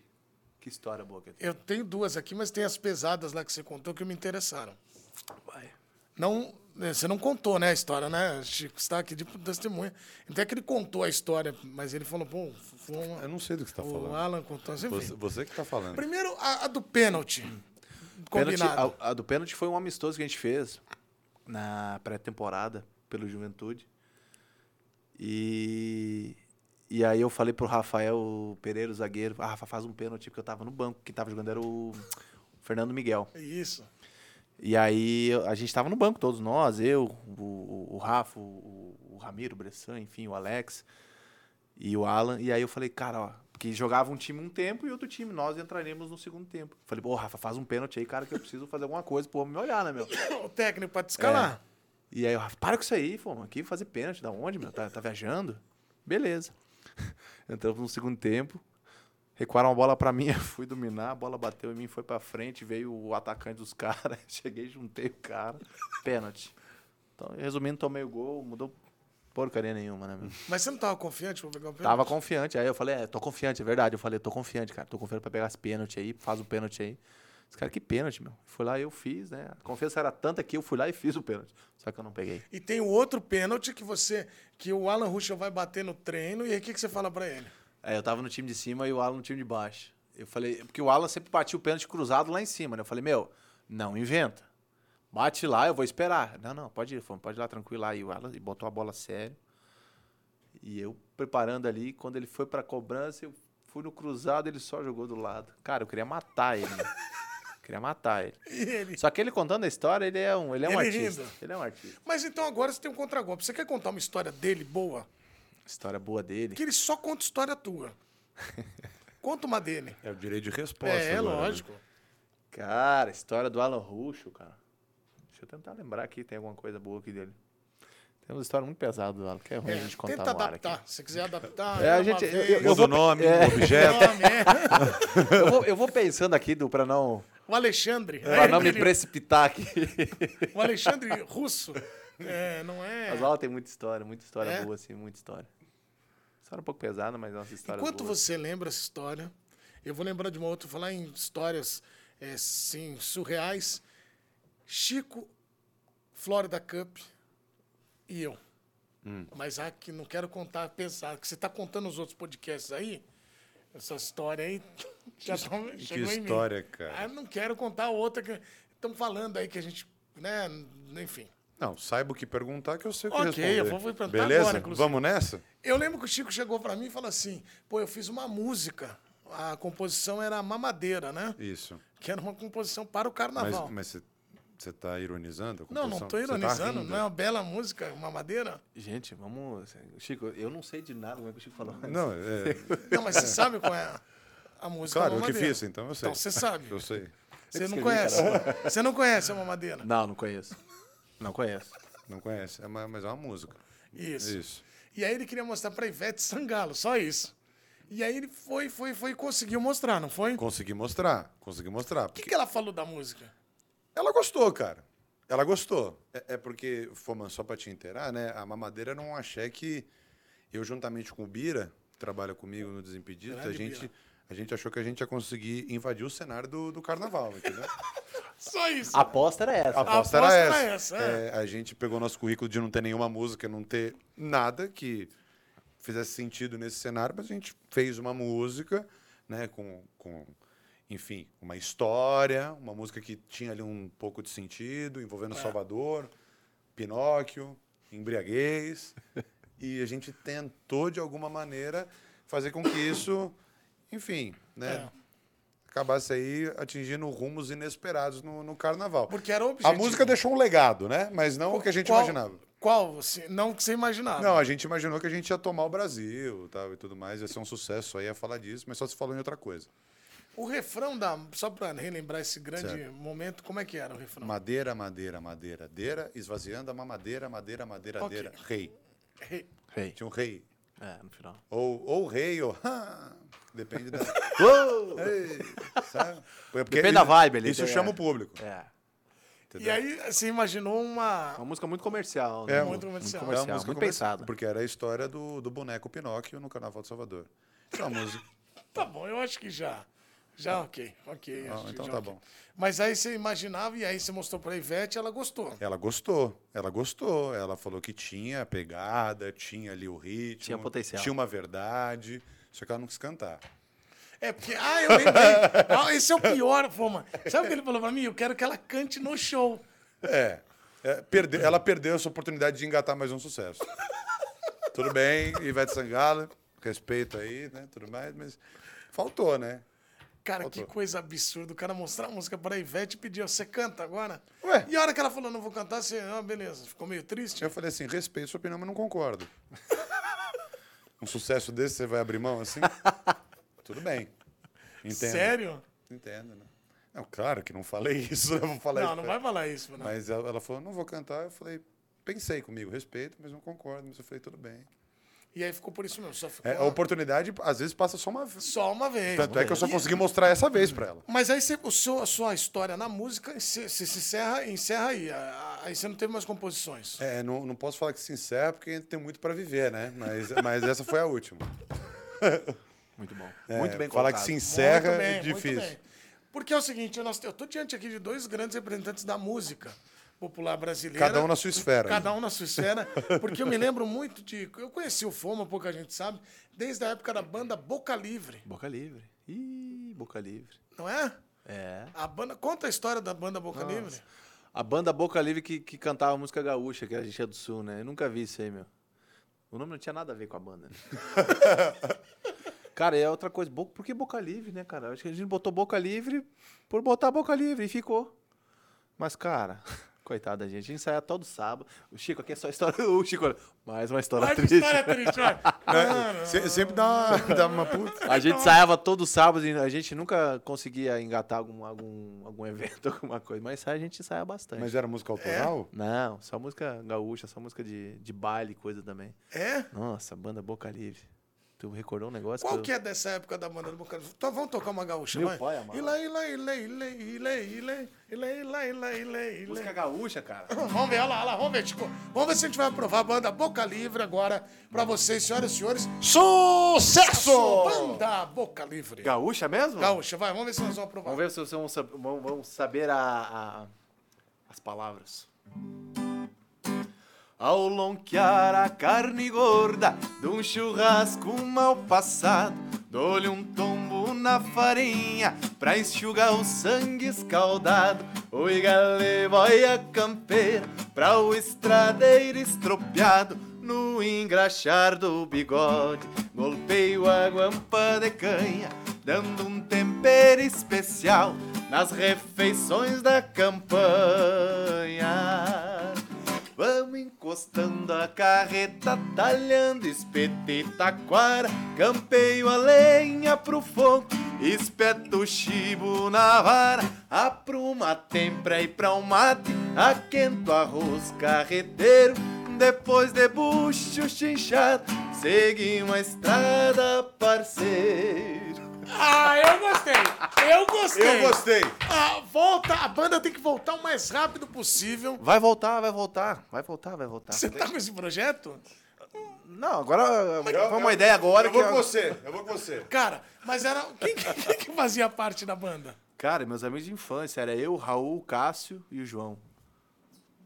Que história boa que ele tem.
Eu tenho duas aqui, mas tem as pesadas lá que você contou que me interessaram.
Vai.
Não, né, você não contou, né, a história, né? Chico está aqui de testemunha. Até que ele contou a história, mas ele falou, pô, foi uma-
Eu não sei do que você tá
o
falando.
Alan contou, mas enfim.
Você, você que tá falando.
Primeiro, a, a do pênalti.
Pênalti-
Combinado.
a, a do pênalti foi um amistoso que a gente fez na pré-temporada pelo Juventude. E, e aí eu falei pro Rafael Pereira, o zagueiro, ah, Rafa, faz um pênalti, porque eu tava no banco. Quem tava jogando era o Fernando Miguel.
É Isso.
E aí eu- a gente tava no banco, todos nós, eu, o, o- o Rafa, o, o Ramiro, o Bressan, enfim, o Alex e o Alan. E aí eu falei, cara, ó, Porque jogava um time um tempo e outro time, nós entraremos no segundo tempo. Falei, pô, Rafa, faz um pênalti aí, cara, que eu preciso fazer alguma coisa pro homem me olhar, né, meu?
O técnico pra te escalar.
É. E aí o Rafa, para com isso aí, pô, aqui fazer pênalti, da onde, meu? Tá, tá viajando? Beleza. Entramos no segundo tempo, recuaram a bola pra mim, eu fui dominar, a bola bateu em mim, foi pra frente, veio o atacante dos caras, cheguei, juntei o cara, pênalti. Então, resumindo, tomei o gol, mudou porcaria nenhuma, né, meu?
Mas você não tava confiante pra pegar o pênalti?
Tava confiante. Aí eu falei, é, tô confiante, é verdade. Eu falei, tô confiante, cara. Tô confiante pra pegar esse pênalti aí, faz o pênalti aí. Esse cara, que pênalti, meu. Fui lá e eu fiz, né? A confiança era tanta que eu fui lá e fiz o pênalti. Só que eu não peguei.
E tem o outro pênalti que você. que o Alan Ruschel vai bater no treino. E aí o que, que você fala pra ele?
É, eu tava no time de cima e o Alan no time de baixo. Eu falei, porque o Alan sempre batia o pênalti cruzado lá em cima, né? Eu falei, meu, não inventa. Bate lá, eu vou esperar. Não, não, pode ir, Fábio, pode ir lá tranquilo. Aí o Alan botou a bola sério. E eu preparando ali, quando ele foi pra cobrança, eu fui no cruzado, ele só jogou do lado. Cara, eu queria matar ele. né? queria matar ele.
E ele.
Só que ele contando a história, ele é um, ele é um
Ele
artista.
rindo.
Ele é um artista.
Mas então agora você tem um contragolpe. Você quer contar uma história dele boa?
História boa dele.
Que ele só conta história tua. Conta uma dele.
É o direito de resposta.
É, é
agora, né?
lógico.
Cara, história do Alan Ruxo, cara. Deixa eu tentar lembrar aqui, tem alguma coisa boa aqui dele. Tem uma história muito pesada do Alan, que é ruim a
É,
gente contar
tenta
no ar aqui.
adaptar. Se quiser adaptar.
É,
era
a
uma
gente- eu-
vez,
eu-
Muda
vou-
o nome,
é.
o objeto.
nome, é.
Eu vou, eu vou pensando aqui do, pra não,
O Alexandre.
pra
É,
não me
aquele-
precipitar aqui.
O Alexandre russo. É, não é.
Mas o Alan tem muita história, muita história
É?
boa, assim, muita história. História um pouco pesada, mas nossa história
Enquanto
boa.
você lembra essa história, eu vou lembrar de uma outra, falar em histórias é, sim, surreais. Chico, Florida Cup e eu.
Hum.
Mas ah, que não quero contar, pensar, que você está contando os outros podcasts aí, essa história aí já tá,
Que
chegou em mim.
história, cara.
Ah, não quero contar outra que estamos falando aí que a gente, né, enfim.
Não, saiba o que perguntar que eu sei o que
Ok,
responder.
eu vou- vou perguntar
Beleza?
agora, inclusive.
Vamos nessa?
Eu lembro que o Chico chegou para mim e falou assim: pô, eu fiz uma música. A composição era Mamadeira, né?
Isso.
Que era uma composição para o
Mas
carnaval.
mas você você tá ironizando? a
Tá não, não
composição?
estou
Você tá
ironizando,
rindo.
não é uma bela música, Mamadeira?
Gente, vamos... assim, Chico, eu não sei de nada como é que o Chico falou.
Não, é.
Não, mas você sabe qual é a música
Claro, eu que
Mamadeira.
fiz, então eu sei.
Então você sabe.
Eu sei.
Você não
escrevi,
conhece. Você não conhece a Mamadeira.
Não, não conheço. Não conheço.
Não conhece. É uma- mas é uma música.
Isso.
Isso.
E aí ele queria mostrar para Ivete Sangalo, só isso. E aí ele foi, foi, foi e conseguiu mostrar, não foi? O
Consegui mostrar. Consegui mostrar.
que,
Porque
que ela falou da música?
ela gostou, cara. Ela gostou. É, é porque, Foman, só pra te inteirar, né? A mamadeira era um axé que eu, juntamente com o Bira, que trabalha comigo no Desimpedidos, a
Grande
gente,
Bira.
a gente achou que a gente ia conseguir invadir o cenário do, do carnaval, entendeu?
Só isso.
A aposta era essa.
A aposta era
aposta
essa.
era essa, é.
É, a gente pegou nosso currículo de não ter nenhuma música, não ter nada que fizesse sentido nesse cenário, mas a gente fez uma música, né, com, com enfim, uma história, uma música que tinha ali um pouco de sentido, envolvendo Salvador, Pinóquio, embriaguez, e a gente tentou de alguma maneira fazer com que isso, enfim, né, acabasse aí atingindo rumos inesperados no, no carnaval.
Porque era o
A
objetivo.
música deixou um legado, né? Mas não o que a gente
Qual-
imaginava.
Qual? você- Não o que você imaginava.
Não, a gente imaginou que a gente ia tomar o Brasil tal, e tudo mais, ia ser um sucesso, só ia falar disso, mas só se falou em outra coisa.
O refrão da. Só pra relembrar esse grande
Certo.
momento, como é que era o refrão?
Madeira, madeira, madeira, deira, esvaziando a mamadeira, madeira, madeira,
Ok.
deira, rei.
Re-
Rei.
Tinha um rei.
É, no final.
Ou, ou rei, ou. hã, Depende da. Ei, sabe? Porque
Depende da vibe ali,
Isso
é.
chama o público. Então,
É.
E aí você imaginou uma.
Uma música muito comercial, né?
É,
muito comercial.
É uma
comercial,
música
muito
comerci-
pensada.
Porque era a história do, do boneco Pinóquio no Carnaval de Salvador. É uma música.
Tá bom, eu acho que já. Já, ok. Ok. acho que
então
já
tá
ok.
bom.
Mas aí você imaginava e aí você mostrou pra Ivete ela gostou.
Ela gostou, ela gostou. Ela falou que tinha a pegada, tinha ali o ritmo.
Tinha potencial.
Tinha uma verdade, só que ela não quis cantar.
É porque. Ah, eu lembrei. Ah, esse é o pior, Foma. Sabe o que ele falou pra mim? Eu quero que ela cante no show.
É, é, perde- ela perdeu essa oportunidade de engatar mais um sucesso. Tudo bem, Ivete Sangalo, respeito aí, né, tudo mais, mas faltou, né?
Cara, que coisa absurda. O cara mostrar a música pra Ivete e pedir, ó, você canta agora?
Ué.
E a hora que ela falou, não vou cantar, você. Ah, beleza. Ficou meio triste.
Eu falei assim, respeito sua opinião, mas não concordo. Um sucesso desse você vai abrir mão assim? Tudo bem. Entendo.
Sério?
Entendo, né? Não, claro que não falei isso, né? Vou falar
Não,
isso
não
pra
vai falar isso, não.
Mas ela, ela falou, não vou cantar. Eu falei, pensei comigo, respeito, mas não concordo. Mas eu falei, tudo bem.
E aí ficou por isso mesmo. Só ficou
É, a oportunidade, às vezes, passa só uma vez.
só uma vez.
Tanto é que eu só consegui mostrar essa vez pra ela.
Mas aí você, o seu, a sua história na música se, se, se encerra, encerra aí. A- a- Aí você não teve mais composições.
É, não, não posso falar que se encerra, porque ainda tem muito pra viver, né? Mas, mas essa foi a última.
Muito bom.
É,
muito bem
Falar
colocado.
que se encerra
Muito bem, muito
é difícil.
bem. Porque é o seguinte, nós- eu estou diante aqui de dois grandes representantes da música popular brasileira.
Cada um na sua esfera.
Cada um na sua esfera, porque eu me lembro muito de. Eu conheci o Foma, pouca gente sabe, desde a época da banda Boca Livre,
Boca Livre. Ih, Boca Livre.
não é?
É.
A banda, conta a história da banda Boca Livre.
A banda Boca Livre que, que cantava música gaúcha, que era gente é do sul, né? Eu nunca vi isso aí, meu. O nome não tinha nada a ver com a banda. Né? cara, e é outra coisa. Bo- Por que Boca Livre, né, cara? Acho que a gente botou Boca Livre por botar Boca Livre e ficou. Mas, cara, coitada da gente. A gente saia todo sábado. O Chico aqui é só história. O Chico, olha, mais uma história
Olha que
triste.
história triste, olha.
É, se- sempre dá uma, dá uma puta.
A gente saiava todo sábado e a gente nunca conseguia engatar algum, algum, algum evento, alguma coisa. Mas é a gente saia bastante.
Mas era música autoral?
Não, só música gaúcha, só música de, de baile, coisa também.
É?
Nossa, banda Boca Livre. Tu recordou um negócio?
Qual
eu-
que é dessa época da banda do Boca Livre? Então vamos tocar uma gaúcha,
Meu
vai.
pai amava.
Ilá, ilá, ilá, ilá, ilá, ilá, ilá, ilá, ilá, ilá, ilá.
Música gaúcha, cara.
Vamos ver, olha lá, olha lá, vamos ver, Chico. Vamos ver se a gente vai aprovar a banda Boca Livre agora pra vocês, senhoras e senhores.
Sucesso!
Banda Boca Livre.
Gaúcha mesmo?
Gaúcha, vai, vamos ver se nós vamos aprovar.
Vamos ver se vocês vão, sab- vão- vão saber a- a- as palavras. Ao lonquear a carne gorda de um churrasco mal passado, dou-lhe um tombo na farinha pra enxugar o sangue escaldado. Oi, galê, boia campeira, pra o estradeiro estropiado. No engraxar do bigode, golpeio a guampa de canha, dando um tempero especial nas refeições da campanha. Vamos encostando a carreta, talhando espeto e taquara. Campeio a lenha pro fogo, espeto o chibo na vara. A pra uma tempra e pra um mate, aquento arroz carreteiro. Depois debucho o chinchado, seguimos a estrada, parceiro.
Ah, eu gostei! Eu gostei!
Eu gostei.
Ah, volta, a banda tem que voltar o mais rápido possível.
Vai voltar, vai voltar, vai voltar, vai voltar.
Você tá com esse projeto?
Não, agora foi
Eu-
uma ideia agora
Eu vou
que.
com você, eu vou com você.
Cara, mas era. Quem, quem que fazia parte da banda?
Cara, meus amigos de infância, era eu, o Raul, o Cássio e o João.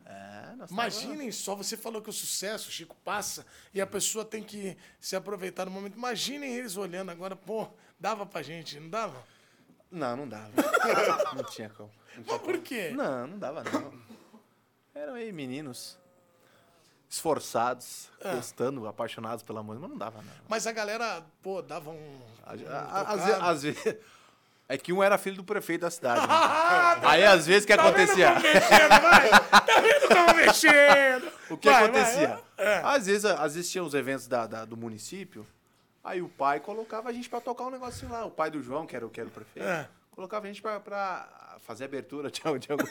É, nós
Imaginem só, você falou que o sucesso, Chico, passa e a pessoa tem que se aproveitar no momento. Imaginem eles olhando agora, pô, dava pra gente, não dava?
tava- Não, não dava. não tinha como.
Mas por quê?
Não, não dava não. Eram aí meninos esforçados,
É.
gostando, apaixonados pela música, mas não dava não.
Mas a galera, pô, dava um.
A-
um
a- a- Às ve-
tocado.
às vezes... É que um era filho do prefeito da cidade. né? aí às vezes o que
Tá
acontecia?
vendo como mexendo, vai? Tá vendo como mexendo?
O que
Vai, vai,
acontecia?
é.
Às, vezes, às vezes tinha os eventos da, da- do município, aí o pai colocava a gente pra tocar um negocinho lá. O pai do João, que era, o- que era o prefeito,
É.
colocava a gente pra, pra fazer abertura de, algum- de algum,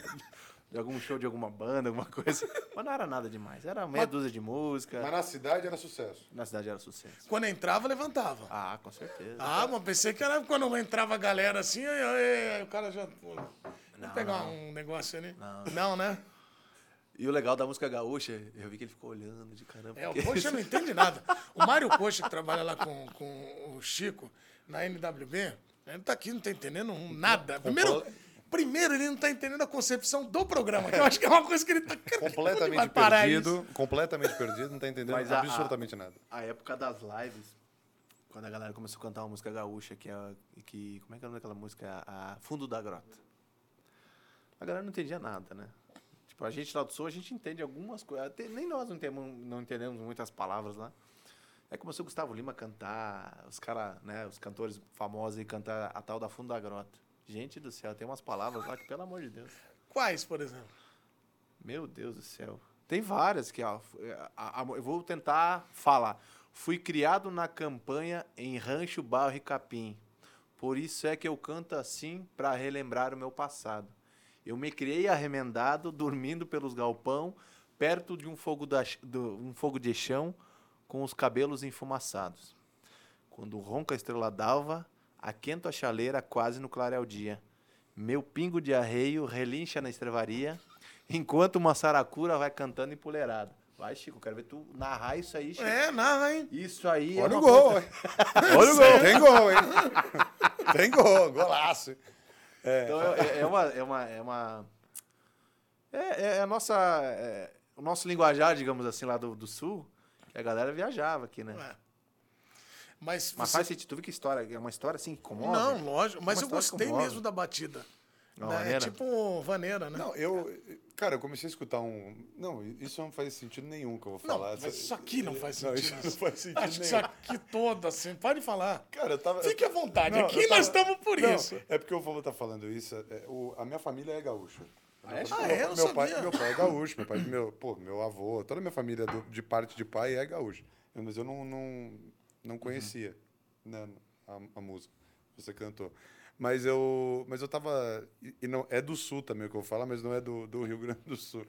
de algum show, de alguma banda, alguma coisa. Mas não era nada demais. Era meia dúzia de música.
Mas na cidade era sucesso.
Na cidade era um sucesso.
Quando entrava, levantava.
Ah, com certeza.
Ah, mas pensei que era quando entrava a galera assim, aí, aí, aí o cara já. Pô, vamos pegar um negócio ali. Não, né?
E o legal da música gaúcha, eu vi que ele ficou olhando de caramba.
É, o
porque-
Coxa não entende nada. O Mário Coxa, que trabalha lá com, com o Chico, na NWB, ele tá aqui, não tá entendendo nada. Primeiro, primeiro ele não tá entendendo a concepção do programa, que eu acho que é uma coisa que ele tá... Onde vai
Completamente
parar
perdido, completamente perdido, não tá entendendo
Mas a-
absolutamente nada.
a época das lives, quando a galera começou a cantar uma música gaúcha, que é. Que, como é que é o nome daquela música? A Fundo da Grota. A galera não entendia nada, né? Tipo, a gente lá do Sul, a gente entende algumas coisas. até Nem nós não, temos, não entendemos muitas palavras lá. Aí começou o Gustavo Lima a cantar, os cara, né, os cantores famosos aí cantar a tal da Fundo da Grota. Gente do céu, tem umas palavras lá que, pelo amor de Deus.
Quais, por exemplo?
Meu Deus do céu. Tem várias que, ó. a- a- eu vou tentar falar. Fui criado na campanha em Rancho Barro e Capim. Por isso é que eu canto assim para relembrar o meu passado. Eu me criei arremendado, dormindo pelos galpão, perto de um fogo, da, do, um fogo de chão, com os cabelos enfumaçados. Quando ronca a estrela d'alva, aquento a chaleira quase no clareal dia. Meu pingo de arreio relincha na estrevaria, enquanto uma saracura vai cantando empoleirada. Vai, Chico, quero ver tu narrar isso aí, Chico.
É, narra, hein?
Isso aí é
Olha o
uma
gol,
coisa-
hein? Olha o gol. Tem gol, hein? Tem gol, golaço.
Então, é, é uma. É, uma, é, uma é, é a nossa. é, o nosso linguajar, digamos assim, lá do, do sul, que a galera viajava aqui, né?
É. Mas,
Mas
você-
faz sentido. Tu viu que história? É uma história assim que comove?
né?
Não, lógico. Mas
Uma
eu
história que
gostei
comove.
mesmo da batida.
Uma
Né? É
maneira?
tipo vaneira, né?
Não, eu. Cara, eu comecei a escutar um. Não, isso não faz sentido nenhum que eu vou
Não,
falar.
mas isso aqui não faz
Não,
sentido. né?
isso não faz sentido
Acho que isso
nenhum.
aqui todo, assim, pode falar.
Cara, eu tava.
Fique à vontade,
Não,
aqui
eu tava-
nós estamos por
Não,
isso.
É porque o vovô tá falando isso. é, o- a minha família é gaúcha.
Ah, é? Eu não
Tipo, meu,
sabia.
pai, meu pai é gaúcho, meu pai, meu, pô, meu avô, toda a minha família do- de parte de pai é gaúcho. Eu- Mas eu não, não,
Uhum.
não conhecia né, a, a música. Você cantou. Mas eu, mas eu tava. E e não, é do sul também o que eu falo, mas não é do, do Rio Grande do Sul.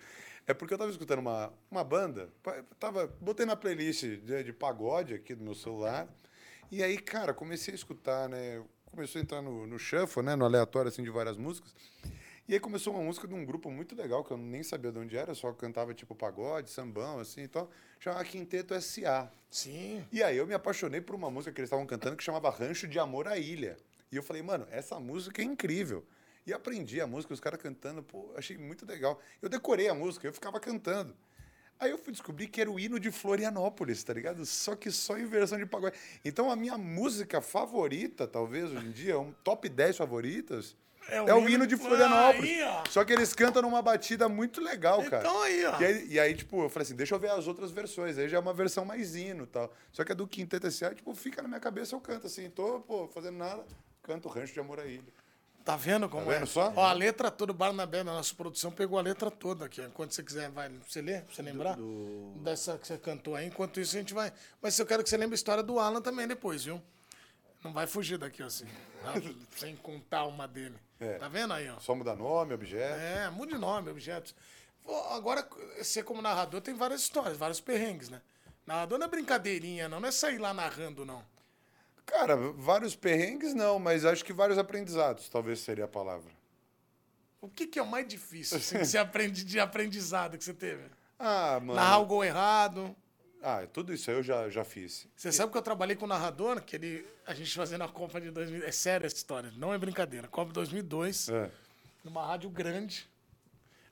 É porque eu tava escutando uma, uma banda, pa- tava, botei na playlist de, de pagode aqui do meu celular. E aí, cara, comecei a escutar, né? Começou a entrar no, no shuffle, né? No aleatório, assim, de várias músicas. E aí começou uma música de um grupo muito legal, que eu nem sabia de onde era, só cantava tipo pagode, sambão, assim e tal. Chamava Quinteto S.A.
Sim.
E aí eu me apaixonei por uma música que eles estavam cantando que chamava Rancho de Amor à Ilha. E eu falei, mano, essa música é incrível. E aprendi a música, os caras cantando, pô, achei muito legal. Eu decorei a música, eu ficava cantando. Aí eu fui descobrir que era o hino de Florianópolis, tá ligado? Só que só em versão de pagode. Então a minha música favorita, talvez hoje em dia, um top 10 favoritas, é o, hino, de Florianópolis.
Aí, ó.
Só que eles cantam numa batida muito legal, cara.
Então aí, ó.
E aí, e aí, tipo, eu falei assim, deixa eu ver as outras versões. Aí já é uma versão mais hino e tal. Só que a do Quinteto S.A., tipo, fica na minha cabeça, eu canto assim. Tô, pô, fazendo nada, canto Rancho de Amor à Ilha.
Tá vendo como
Tá vendo
é?
só?
Ó, a letra toda, o Barnabé, na nossa produção, pegou a letra toda aqui. Enquanto você quiser, vai. Você lê? Pra Você lembrar? Dessa que você cantou aí. Enquanto isso, a gente vai. Mas eu quero que você lembre a história do Alan também depois, viu? Não vai fugir daqui, assim. tá? Sem contar uma dele.
É.
Tá vendo aí, ó?
Só muda nome, objeto.
É, muda de nome, objetos. Pô, Agora, você como narrador tem várias histórias, vários perrengues, né? Narrador não é brincadeirinha, não. Não é sair lá narrando, não.
Cara, vários perrengues não, mas acho que vários aprendizados, talvez seria a palavra.
O que, que é o mais difícil assim, que você aprende de aprendizado que você teve?
Ah, mano.
Narrar o gol errado.
Ah, tudo isso aí eu já, já fiz.
Você sabe que eu trabalhei com um narrador, que ele, a gente fazendo a Copa de 2000. É sério essa história, não é brincadeira. Copa de 2002,
É.
numa rádio grande,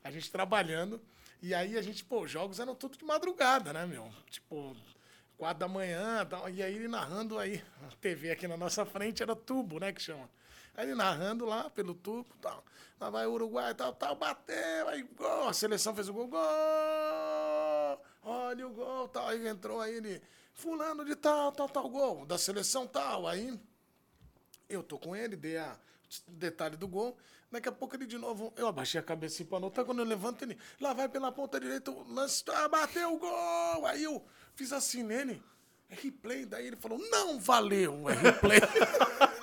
a gente trabalhando. E aí a gente, pô, os jogos eram tudo de madrugada, né, meu? Tipo, quatro da manhã, tal, e aí ele narrando aí, a TV aqui na nossa frente era tubo, né, que chama. Aí ele narrando lá pelo tubo, tal. Lá vai o Uruguai, tal, tal, bateu, aí gol, a seleção fez o gol, gol! Olha o gol, tal. Aí entrou aí ele, fulano de tal, tal, tal, gol, da seleção tal, aí... Eu tô com ele, dei a detalhe do gol. Daqui a pouco ele de novo. Eu abaixei a cabeça assim pra anotar. Quando eu levanto, ele lá vai pela ponta direita, o lance. Ah, bateu o gol! Aí eu fiz assim nele. É replay. Daí ele falou: não valeu, é replay.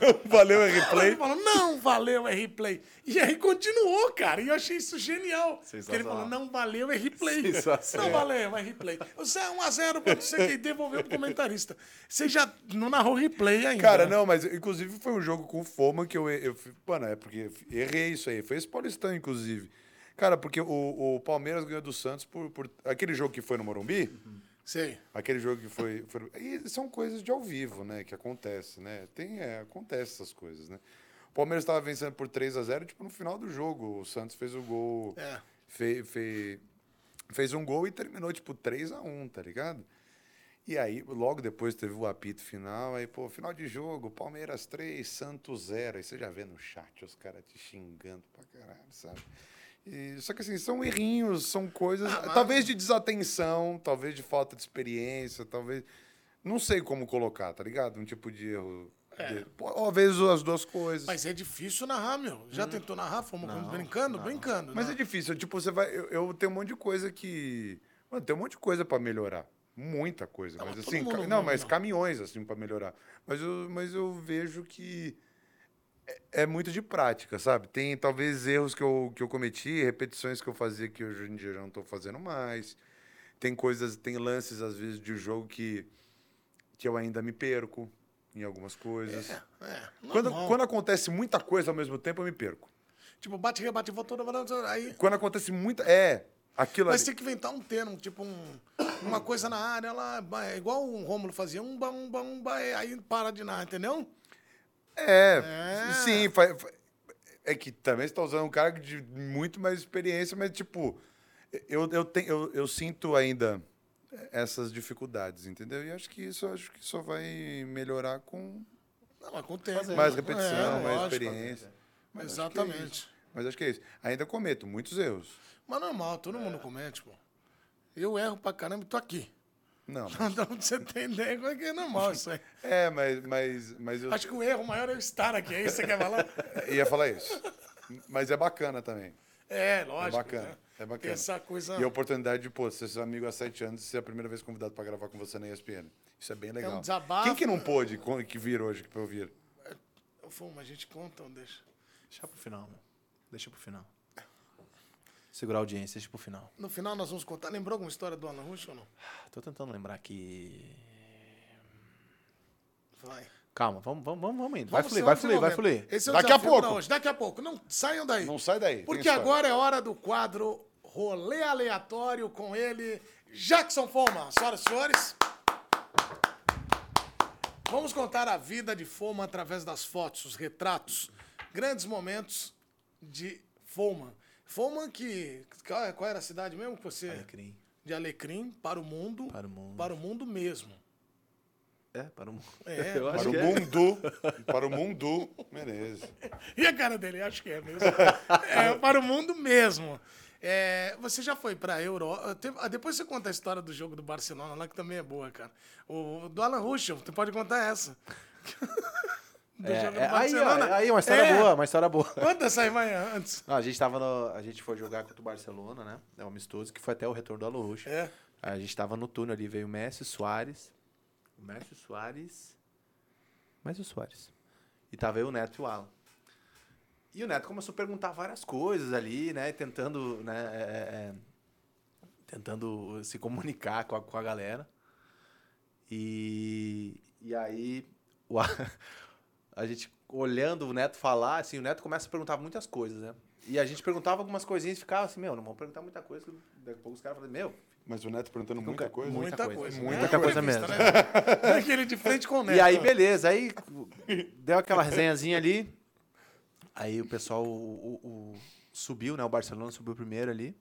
Não valeu a
Ele
replay.
falou, não valeu, é replay. E aí continuou, cara. E eu achei isso genial. Porque ele
Sensacional.
falal, não valeu, é replay.
Sensacional.
Não valeu, é replay. Você é 1x0 pra você que devolveu pro comentarista. Você já não narrou replay ainda.
Cara,
né?
não, mas inclusive foi um jogo com o Foma que eu. eu fui- mano, é porque eu errei isso aí. Foi esse Paulistão, inclusive. Cara, porque o, o Palmeiras ganhou do Santos por, por. Aquele jogo que foi no Morumbi.
Sei.
Aquele jogo que foi, foi- E são coisas de ao vivo, né? Que acontece, né? Tem, é, acontece essas coisas, né? O Palmeiras estava vencendo por 3 a 0 tipo, no final do jogo. O Santos fez o gol.
É.
fe- fe- fez um gol e terminou, tipo, 3 a 1 tá ligado? E aí, logo depois teve o apito final, aí, pô, final de jogo, Palmeiras 3, Santos 0. Aí você já vê no chat os caras te xingando pra caralho, sabe? E- só que assim, são errinhos, são coisas.
Ah, mas-
Talvez de desatenção, talvez de falta de experiência, talvez. Não sei como colocar, tá ligado? Um tipo de erro.
É.
de- pô, Talvez as duas coisas. Mas,
Mas é difícil narrar, meu.
Hum.
Já tentou narrar? Fomos brincando? Brincando. né?
é difícil. Tipo, você vai. Eu, eu tenho um monte de coisa que. Mano, tem um monte de coisa pra melhorar. muita coisa.
Não,
mas
mas
assim,
todo mundo
ca-
não-
não, mas
não.
caminhões, assim, para melhorar. Mas eu, mas eu vejo que é, é muito de prática, sabe? Tem talvez erros que eu, que eu cometi, repetições que eu fazia que hoje em dia eu já não tô fazendo mais. Tem coisas, tem lances, às vezes, de jogo que, que eu ainda me perco em algumas coisas.
É,
Quando,
normal.
quando acontece muita coisa ao mesmo tempo, eu me perco.
Tipo, bate, rebate, voltou, aí...
Quando acontece muita. É, aquilo
Mas
ali.
tem que inventar um termo, tipo um- uma coisa na área lá, ba- é igual o Rômulo fazia, um ba, um ba, um ba, é, aí para de nada, entendeu?
É,
É.
sim. fa- fa- é que também você tá usando um cara de muito mais experiência, mas, tipo, eu, eu, tenho, eu, eu sinto ainda essas dificuldades, entendeu? E acho que isso acho que só vai melhorar com
Não, acontece.
mais
É,
repetição, mais
lógico. né?
experiência. Mas acho que é
Exatamente.
isso. Mas acho que é isso. Ainda cometo muitos erros.
Mas normal, todo
É.
mundo comete, pô. Eu erro pra caramba e tô aqui.
Não. mas-
Então, pra você tem ideia como é que é normal isso aí.
É, mas, mas, mas eu
Acho que o erro maior é eu estar aqui, é isso que você quer falar?
ia falar isso. Mas é bacana também.
É, lógico.
É bacana,
né?
é bacana.
Tem essa coisa...
E a oportunidade de, pô, ser seu amigo há sete anos e ser a primeira vez convidado pra gravar com você na ESPN. Isso é bem legal.
um desabafo. né?
Quem que não pôde co- que vir hoje que pra eu vir?
Eu fumo, a gente conta ou deixa?
Deixa pro final, meu. Deixa pro final. Segurar a audiência, deixa pro final.
No final nós vamos contar. Lembrou alguma história do Alan Rush ou não?
Tô tentando lembrar que.
Vai.
Calma, vamos, vamos, vamos, vamos indo. Vai
Vamos,
fluir, vai
vamos
fluir, vai
desenvolvendo.
fluir.
um Esse é o
Daqui a
desafio pra
pouco.
hoje. Daqui a pouco. Não saiam daí.
Não sai daí. tem
Porque
história.
agora é hora do quadro Rolê Aleatório com ele, Jackson Foma. Senhoras e senhores, vamos contar a vida de Foma através das fotos, os retratos, grandes momentos de Foma. Foma que... Qual é, qual era a cidade mesmo que você...
Alecrim.
De Alecrim para o mundo.
Para o mundo.
Para o mundo mesmo.
É, para o mundo.
É,
Eu acho
Para o
que é.
mundo. Para o mundo. Beleza.
E a cara dele, acho que é mesmo. É, para o mundo mesmo. É, você já foi para a Europa. Teve- ah, Depois você conta a história do jogo do Barcelona lá, que também é boa, cara. O do Alan Ruschel, você pode contar essa. Do
É,
jogo
é,
do
aí, ó,
Barcelona.
aí, uma história
É.
boa, uma história boa.
Conta essa aí, vai, antes.
Não, a gente tava no. A gente foi jogar contra o Barcelona, né? É um amistoso que foi até o retorno do Alô Roxo.
É.
A gente tava no túnel ali, veio o Messi, o Soares. O Messi, o Soares. Messi, o Soares. E tava eu, o Neto e o Alan. E o Neto começou a perguntar várias coisas ali, né? Tentando, né? é, é, é, tentando se comunicar com a, com a galera. E, e aí, o a, a gente olhando o Neto falar, assim, o Neto começa a perguntar muitas coisas, né? E a gente perguntava algumas coisinhas e ficava assim, meu, não vamos perguntar muita coisa, que daqui a pouco os caras falam, meu,
Mas o Neto perguntando muita coisa.
muito.
Muita,
Muita
coisa.
coisa,
né?
muita
É uma
coisa
entrevista,
mesmo.
Né? Aquele de frente com o Neto.
E aí, beleza. Aí deu aquela resenhazinha ali. Aí o pessoal o- o- o- subiu, né? O Barcelona subiu primeiro ali.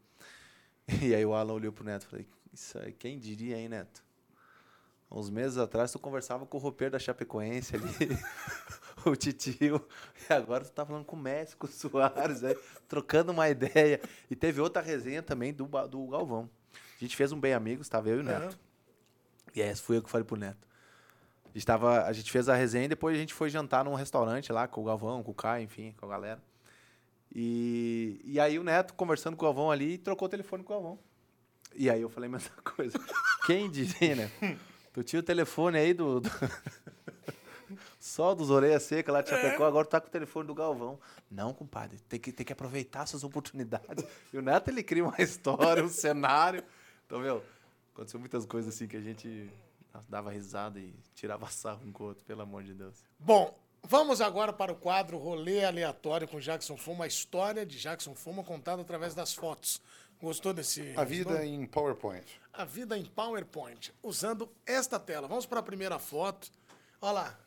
E aí o Alan olhou pro Neto e falei, isso aí, quem diria, hein, Neto? Há Uns meses atrás tu conversava com o roupeiro da Chapecoense ali, o Titio, e agora tu tá falando com o Messi, com o Soares, aí, trocando uma ideia. E teve outra resenha também do, Ba- do Galvão. A gente fez um Bem Amigos, tava eu e o Neto.
Aham.
E aí fui eu que falei pro Neto. A gente, tava, a gente fez a resenha e depois a gente foi jantar num restaurante lá com o Galvão, com o Caio, enfim, com a galera. E, e aí o Neto conversando com o Galvão ali trocou o telefone com o Galvão. E aí eu falei a mesma coisa. Quem diria, né? Tu tinha o telefone aí do. do... Só dos orelhas secas lá de Chapecó, agora tu tá com o telefone do Galvão. Não, compadre, tem que, tem que aproveitar essas oportunidades. E o Neto, ele cria uma história, um cenário. Então, meu, aconteceu muitas coisas assim que a gente dava risada e tirava sarro um com o outro, pelo amor de Deus.
Bom, vamos agora para o quadro Rolê Aleatório com Jackson Fuma. A história de Jackson Fuma contada através das fotos. Gostou desse...
A vida em PowerPoint.
a vida em PowerPoint usando esta tela. Vamos para a primeira foto. Olha lá.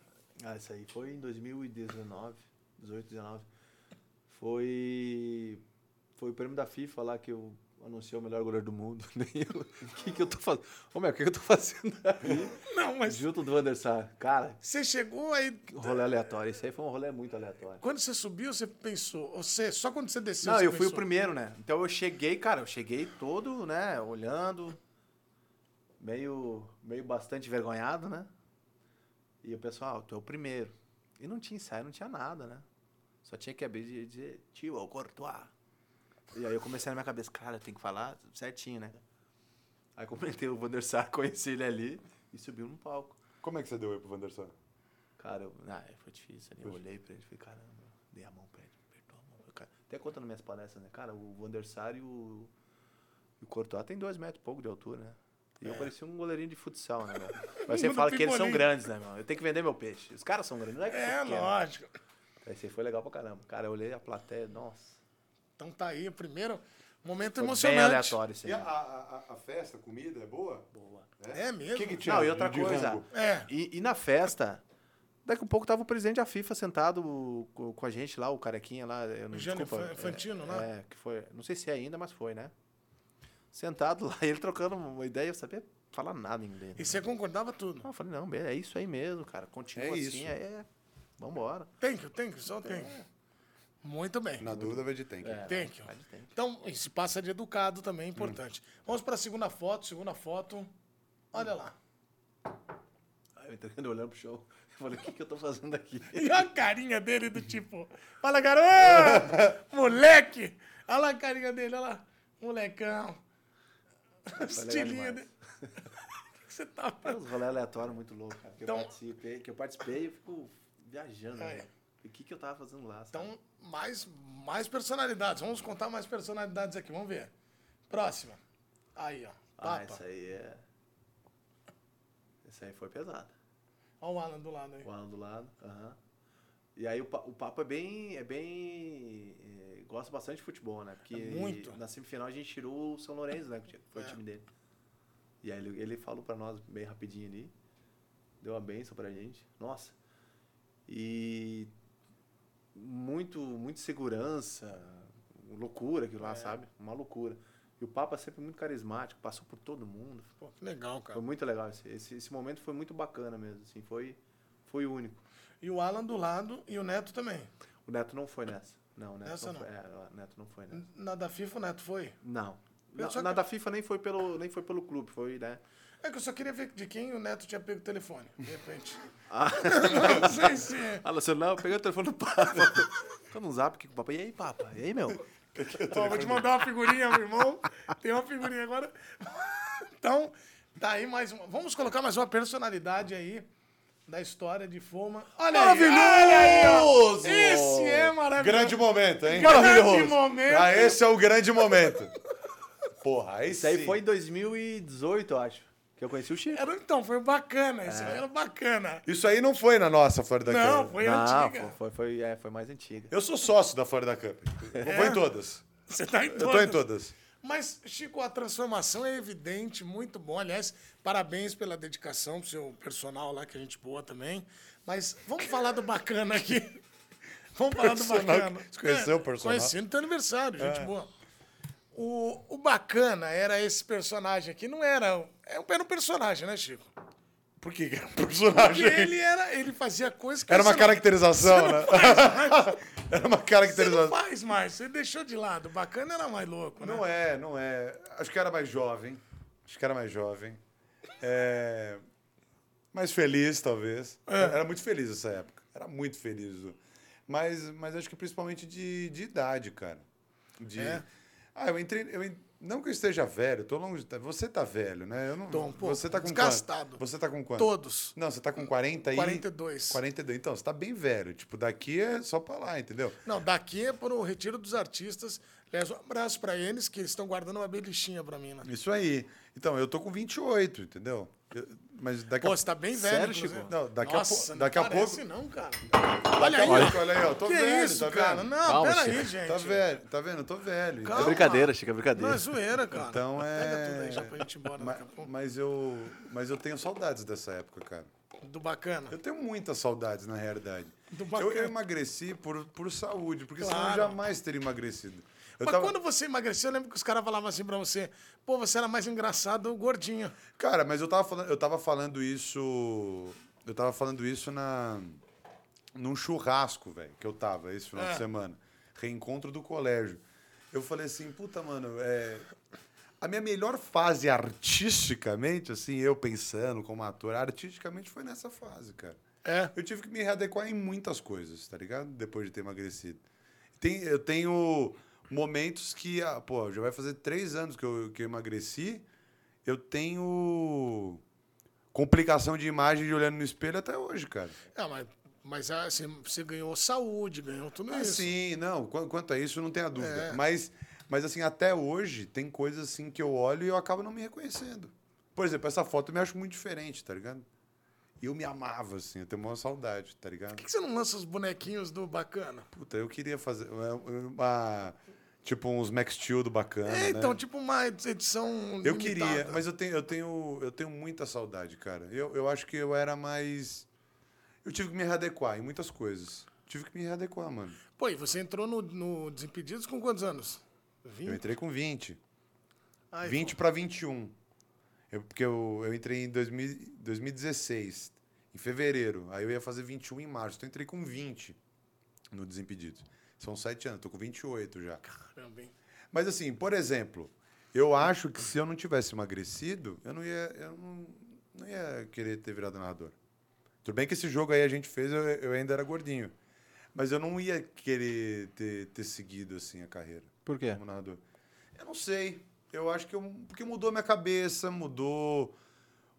Ah, isso aí foi em 2019, 18, 19. Foi foi o prêmio da FIFA lá que eu anunciei o melhor goleiro do mundo. O que que eu tô fazendo? Ô, meu, o que que eu tô fazendo ali?
Não, mas
Junto do Anderson. Cara,
você chegou aí.
que rolê aleatório. Isso aí foi um rolê muito aleatório.
Quando você subiu, você pensou. Você, só quando você desceu.
Não,
você
eu fui o
pensou.
primeiro, né? Então eu cheguei, cara, eu cheguei todo, né, olhando, meio, meio bastante envergonhado, né? E o pessoal, ah, tu é o primeiro. E não tinha ensaio, não tinha nada, né? Só tinha que abrir e dizer, tio, é o Courtois. E aí eu comecei na minha cabeça, cara, eu tenho que falar certinho, né? Aí comentei o Vander Sar, conheci ele ali e subiu no palco.
Como é que você deu oi pro Vanderson?
Cara, eu, ah, foi difícil. ali. Eu olhei pra ele e falei, caramba, dei a mão pra ele, apertou a mão. Eu, cara, até conta nas minhas palestras, né? Cara, o Vandersar e o, e o Courtois tem dois metros e pouco de altura, né? E eu parecia um goleirinho de futsal, né, meu? Mas você
Mundo
fala que eles são
pimbolim.
grandes, né, meu? Eu tenho que vender meu peixe. Os caras são grandes, não é que eu sou
É,
pequeno.
lógico.
Aí você foi legal pra caramba. Cara, eu olhei a plateia, nossa.
Então tá aí o primeiro momento
Foi bem
emocionante.
aleatório isso aí.
E a,
né?
a- a- a festa, a comida, é boa?
Boa.
É mesmo?
Que que tinha
Não, e
de-
outra
de
coisa.
rango?
É.
E, e na festa, daqui a pouco tava o presidente da FIFA sentado co- com a gente lá, o carequinha lá. Eu não,
O Gianni
desculpa,
Fa- Fantino,
é,
né?
É, que foi. Não sei se é ainda, mas foi, né? Sentado lá, ele trocando uma ideia, eu sabia falar nada em inglês.
E você concordava tudo.
Não, eu falei, não, beleza, é isso aí mesmo, cara. Continua
É
assim,
isso.
é. Vambora.
Thank you, thank you, só thank you. É. Muito bem.
Na dúvida, vai de tank.
É.
Thank you.
Faz de tempo.
Então, isso passa de educado também, é importante. Vamos para a segunda foto, segunda foto. Olha lá.
Aí eu entrando olhando pro show. Eu falei, o que, que eu tô fazendo aqui?
E a carinha dele do tipo, fala garoto, moleque. Olha lá a carinha dele, olha lá, molecão. Estilinho
demais.
dele. O que você tá fazendo?
Os rolê aleatório muito louco, cara. Que,
Então-
eu participei, que eu participei eu fico viajando,
É.
né? O que, que eu tava fazendo lá? sabe?
Então, mais, mais personalidades. Vamos contar mais personalidades aqui, vamos ver. Próxima. Aí, ó.
Ah,
Papa.
essa aí é. Essa aí foi pesada.
Olha o Alan do lado aí.
O Alan do lado. aham. E aí o, pa- o Papa é bem. É bem é, gosta bastante de futebol, né? Porque
Muito.
na semifinal a gente tirou o São Lourenço, né? que Foi o time dele. E aí ele, ele falou pra nós bem rapidinho ali. Deu uma benção pra gente. Nossa. E muito, muito segurança, loucura aquilo lá, sabe? Uma loucura. E o Papa sempre muito carismático, passou por todo mundo.
Pô, que legal, cara.
Foi muito legal. Esse, esse, esse momento foi muito bacana mesmo. Assim, foi, foi único.
E o Alan do lado e o Neto também.
O Neto não foi nessa. Não, o Neto
Nessa
não,
não.
Foi, é, o Neto não foi nessa.
Na da FIFA o Neto foi?
Não.
Eu
Na,
só
na
que-
da FIFA nem foi, pelo, nem foi pelo clube, foi, né?
É que eu só queria ver de quem o Neto tinha pego o telefone, de repente.
Ah.
Não sei se é.
Ah, Luciano, não, eu peguei o telefone do Papa. Tô num zap aqui com o Papa. E aí, Papa? E aí, meu?
Ó, vou te mandar uma figurinha, meu irmão. Tem uma figurinha agora. Então, tá aí mais uma. Vamos colocar mais uma personalidade aí da história de Foma. Olha
Maravilhoso!
aí! Olha aí! ó. Esse é maravilhoso!
Grande momento, hein?
Maravilhoso. Grande momento.
Ah, esse é o grande momento. Porra, aí
Isso aí
sim.
foi em 2018, eu acho. Que eu conheci o Chico.
Era, então, foi bacana. Esse
É.
aqui era bacana.
Isso aí não foi na nossa Flor da
Não,
Cup.
foi
não,
antiga.
foi, foi, foi, é, foi mais antiga.
Eu sou sócio da Flor da Cup. Eu vou em todas.
Você tá em
Eu
É? todas.
tô em todas.
Mas, Chico, a transformação é evidente, muito bom. Aliás, parabéns pela dedicação pro seu personal lá, que a gente boa também. Mas vamos falar do bacana aqui. Vamos falar do
Personal.
bacana. É,
Você conheceu o personal? É.
Conheci no teu aniversário, gente boa. O, o bacana era esse personagem aqui, não era. é um- Era um personagem, né, Chico?
Por que que era um
Porque
personagem?
é ele era. Ele fazia coisas que
Era uma
você não-
caracterização, né? Era uma
Você não
caracterização.
faz mais, você deixou de lado. O bacana era mais louco, né?
Não é, não é. Acho que era mais jovem. Acho que era mais jovem. É... Mais feliz, talvez.
É.
Era muito feliz essa época. Era muito feliz. Zu. Mas, mas acho que principalmente de, de idade, cara. De...
É?
Ah, eu entrei. Eu en- Não que eu esteja velho, tô longe. da- Você tá velho, né? Eu não...
Tô um pouco
você tá com
desgastado.
quanto? Você tá com quanto?
Todos.
Não, você tá com 40 e...
42.
42. Então, você tá bem velho. Tipo, daqui é só pra lá, entendeu?
Não, daqui é para o Retiro dos Artistas. Aliás, um abraço para eles, que eles estão guardando uma belichinha para mim. Né?
Isso aí. Então, eu tô com 28, entendeu? Eu- Mas daqui
Pô, você tá bem velho,
Sério,
inclusive.
Chico?
Não, daqui a
Nossa,
pou-
não
daqui a
parece
pouco-
não, cara.
Daqui
Olha
a
aí,
pouco-
ó.
olha aí, ó. Tô
que
velho,
isso,
tá
cara?
vendo?
Não,
Calma,
pera aí,
Chico.
gente.
Tá velho, tá vendo? Eu tô velho.
Calma.
É brincadeira, Chico, é brincadeira.
Não, é zoeira, cara.
Então
Pega tudo aí
é.
já pra gente ir embora
Ma-
daqui a pouco.
Mas eu, mas eu tenho saudades dessa época, cara.
Do bacana.
Eu tenho muitas saudades, na realidade.
Do
Eu,
bacana.
eu emagreci por, por saúde, porque senão eu
Claro.
jamais teria emagrecido. Eu
Mas
tava-
quando você emagreceu, eu lembro que os caras falavam assim pra você, pô, você era mais engraçado gordinho.
Cara, mas eu tava falando, eu tava falando isso. Eu tava falando isso na num churrasco, velho, que eu tava esse final
É.
de semana. Reencontro do colégio. Eu falei assim, puta, mano, é, a minha melhor fase artisticamente, assim, eu pensando como ator, artisticamente foi nessa fase, cara.
É.
Eu tive que me readequar em muitas coisas, tá ligado? Depois de ter emagrecido. Tem- eu tenho momentos que, ah, pô, já vai fazer três anos que eu, que eu emagreci. eu tenho complicação de imagem de olhando no espelho até hoje, cara.
Ah, mas, mas ah, você, você ganhou saúde, ganhou tudo
Ah,
é isso.
sim, não. qu- Quanto a isso, não tenha dúvida.
É.
Mas, mas, assim, até hoje, tem coisas assim que eu olho e eu acabo não me reconhecendo. Por exemplo, essa foto eu me acho muito diferente, tá ligado? E eu me amava, assim, eu tenho uma saudade, tá ligado?
Por que você não lança os bonequinhos do Bacana?
Puta, eu queria fazer é, uma- tipo uns Max Steel do bacana,
É, então,
né?
tipo uma edição limitada.
Eu queria, mas eu tenho, eu tenho, eu tenho muita saudade, cara. Eu, eu acho que eu era mais. Eu tive que me readequar em muitas coisas. Tive que me readequar, mano.
Pô, e você entrou no, no Desimpedidos com quantos anos?
Eu
20?
entrei com 20.
Ai,
20 para 21. Eu, porque eu, eu entrei em 2000, 2016, em fevereiro. Aí eu ia fazer 21 em março. Então eu entrei com 20 no Desimpedido. São 7 anos, tô com 28 já.
Caramba, hein?
Mas assim, por exemplo, eu acho que se eu não tivesse emagrecido, eu não ia, eu não, não ia querer ter virado narrador. Tudo bem que esse jogo aí a gente fez, eu, eu ainda era gordinho. Mas eu não ia querer ter, ter seguido assim a carreira
Por quê?
como narrador. Eu não sei. Eu acho que eu, porque mudou minha cabeça, mudou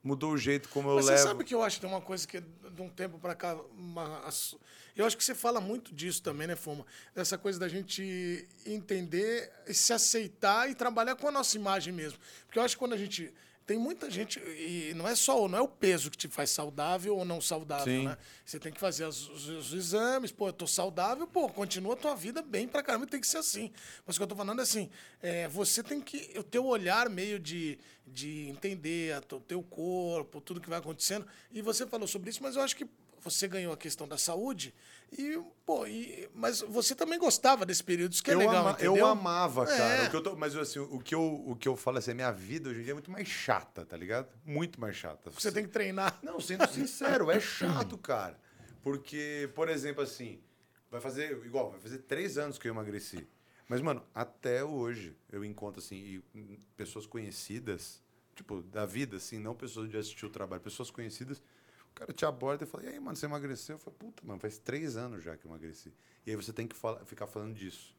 mudou o jeito como eu
Mas você
levo.
sabe que eu acho que tem uma coisa que de um tempo pra cá. uma- as- eu acho que você fala muito disso também, né, Foma? Dessa coisa da gente entender, e se aceitar e trabalhar com a nossa imagem mesmo. Porque eu acho que quando a gente. Tem muita gente, e não é só não é o peso que te faz saudável ou não saudável,
Sim.
né? Você tem que fazer as- os, os exames, pô, eu tô saudável, pô, continua a tua vida bem pra caramba, tem que ser assim. Mas o que eu tô falando é assim, é, você tem que. O teu olhar meio de, de entender a tu- o teu corpo, tudo que vai acontecendo. E você falou sobre isso, mas eu acho que você ganhou a questão da saúde. E, pô, e- mas você também gostava desse período, isso que é
eu,
legal,
ama- eu
entendeu?
amava, cara.
É.
O que eu tô- mas assim, o que eu, o que eu falo assim, a minha vida hoje em dia é muito mais chata, tá ligado? Muito mais chata.
Você tem que treinar.
Não, sendo sincero, é chato, cara. Porque, por exemplo, assim, vai fazer, igual, vai fazer três anos que eu emagreci. Mas, mano, até hoje eu encontro, assim, e, hum, pessoas conhecidas, tipo, da vida, assim, não pessoas de assistir o trabalho, pessoas conhecidas. O cara te aborda e fala, e aí, mano, você emagreceu? Eu falo, puta, mano, faz três anos já que eu emagreci. E aí você tem que fala- ficar falando disso,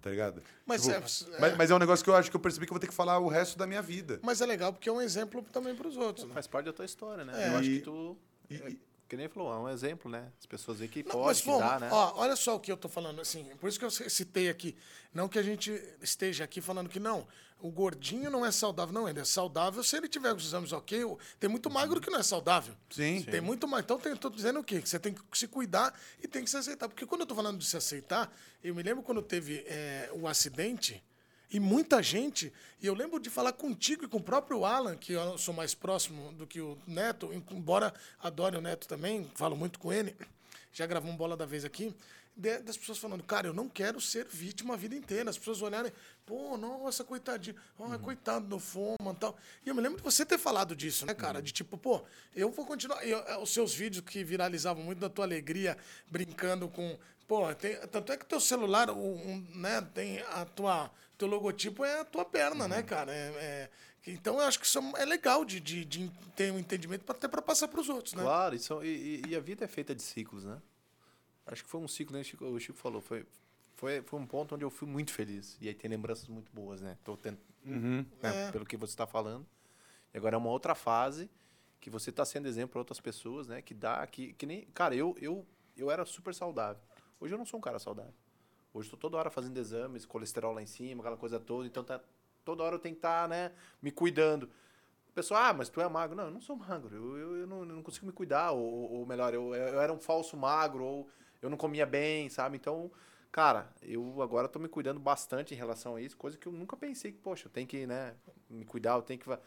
tá ligado?
Mas
Tipo,
é- é.
mas, mas é um negócio que eu acho que eu percebi que eu vou ter que falar o resto da minha vida.
Mas é legal porque é um exemplo também pros outros. Né?
Faz parte da tua história, né?
É.
Eu acho
E-
que tu.
e-
é,
e-
que nem falou, é um exemplo, né? As pessoas veem que
Não,
pode,
mas,
que
bom,
dá, né?
ó, olha só o que eu tô falando, assim, por isso que eu citei aqui. Não que a gente esteja aqui falando que não, o gordinho não é saudável. Não, ele é saudável se ele tiver os exames ok. o- Tem
Uhum.
muito magro que não é saudável.
Sim.
Tem muito mais. Então, tem, tô dizendo o quê? Que você tem que se cuidar e tem que se aceitar. Porque quando eu tô falando de se aceitar, eu me lembro quando teve é, o acidente e muita gente, e eu lembro de falar contigo e com o próprio Alan, que eu sou mais próximo do que o Neto, embora adore o Neto também, falo muito com ele, já gravou um bola da vez aqui, de- das pessoas falando, cara, eu não quero ser vítima a vida inteira. As pessoas olharem, pô, nossa, coitadinho, oh, coitado do Foma e tal. E eu me lembro de você ter falado disso, né, cara? De tipo, pô, eu vou continuar. E, eh, os seus vídeos que viralizavam muito da tua alegria, brincando com. Pô, tem- tanto é que teu celular, o- um, né, tem a tua. Teu logotipo é a tua perna, né, cara? É- é- então eu acho que isso é legal de, de- de ter um entendimento pra- até para passar pros outros, né?
Claro, isso, é- e, e- e a vida é feita de ciclos, né? Acho que foi um ciclo, né? Chico- O Chico falou, foi, foi, foi um ponto onde eu fui muito feliz. E aí tem lembranças muito boas, né? Tô tentando,
É.
Pelo que você está falando. E agora é uma outra fase que você está sendo exemplo para outras pessoas, né? Que dá, que, que nem... Cara, eu, eu, eu era super saudável. Hoje eu não sou um cara saudável. Hoje estou toda hora fazendo exames, colesterol lá em cima, aquela coisa toda. Então tá, toda hora eu tenho que estar, né? Me cuidando. O pessoal, ah, mas tu é magro. Não, eu não sou magro. Eu, eu, eu não, eu não consigo me cuidar. Ou, ou- ou melhor, eu, eu era um falso magro, ou eu não comia bem, sabe? Então, cara, eu agora tô me cuidando bastante em relação a isso, coisa que eu nunca pensei que, poxa, eu tenho que, né, me cuidar, eu tenho que. va-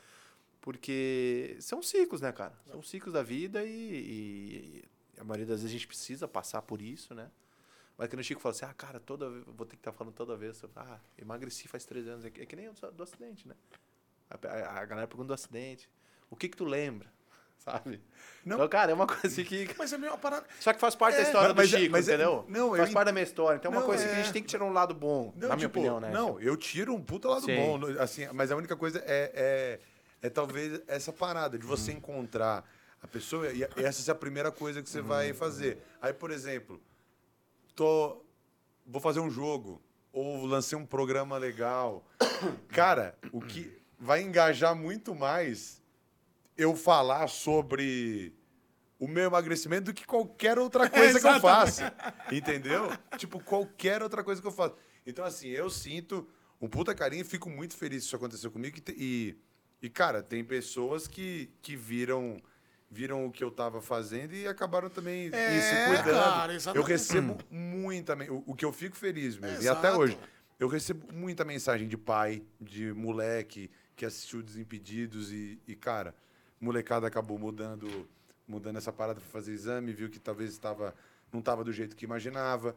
Porque são ciclos, né, cara? São ciclos da vida e, e- e a maioria das vezes a gente precisa passar por isso, né? Mas que nem o Chico fala assim, ah, cara, toda vez, vou ter que estar falando toda vez, sobre, ah, emagreci faz três anos, é que, é que nem o do- do acidente, né? A, a- a galera pergunta do acidente. O que que tu lembra? Sabe?
Não.
Então, cara, é uma coisa assim que...
Mas é meio uma parada.
Só que faz parte da
É,
história
mas-
do
mas é-
Chico,
mas é-
entendeu?
não, eu
faz
en-
parte da minha história. Então é uma
Não,
coisa
é.
que a gente tem que tirar um lado bom,
Não,
na minha
tipo,
opinião, né?
Não, eu tiro um puta lado
Sim.
bom. no- Assim, mas a única coisa é, é, é talvez essa parada de
Uhum.
você encontrar a pessoa e a- essa é a primeira coisa que você
Uhum.
vai fazer. Aí, por exemplo, tô vou fazer um jogo ou lancei um programa legal. Cara, o que vai engajar muito mais eu falar sobre o meu emagrecimento do que qualquer outra coisa que eu faça. Entendeu? tipo, qualquer outra coisa que eu faça. Então, assim, eu sinto um puta carinho e fico muito feliz que isso aconteceu comigo. E, te- e, e, cara, tem pessoas que, que viram viram o que eu tava fazendo e acabaram também
É,
e se cuidando.
cara,
eu
exatamente.
recebo muita... men- O, o que eu fico feliz mesmo. E
Exato.
até hoje. Eu recebo muita mensagem de pai, de moleque que assistiu Desimpedidos e, e, cara, molecada acabou mudando, mudando essa parada para fazer exame, viu que talvez estava não estava do jeito que imaginava.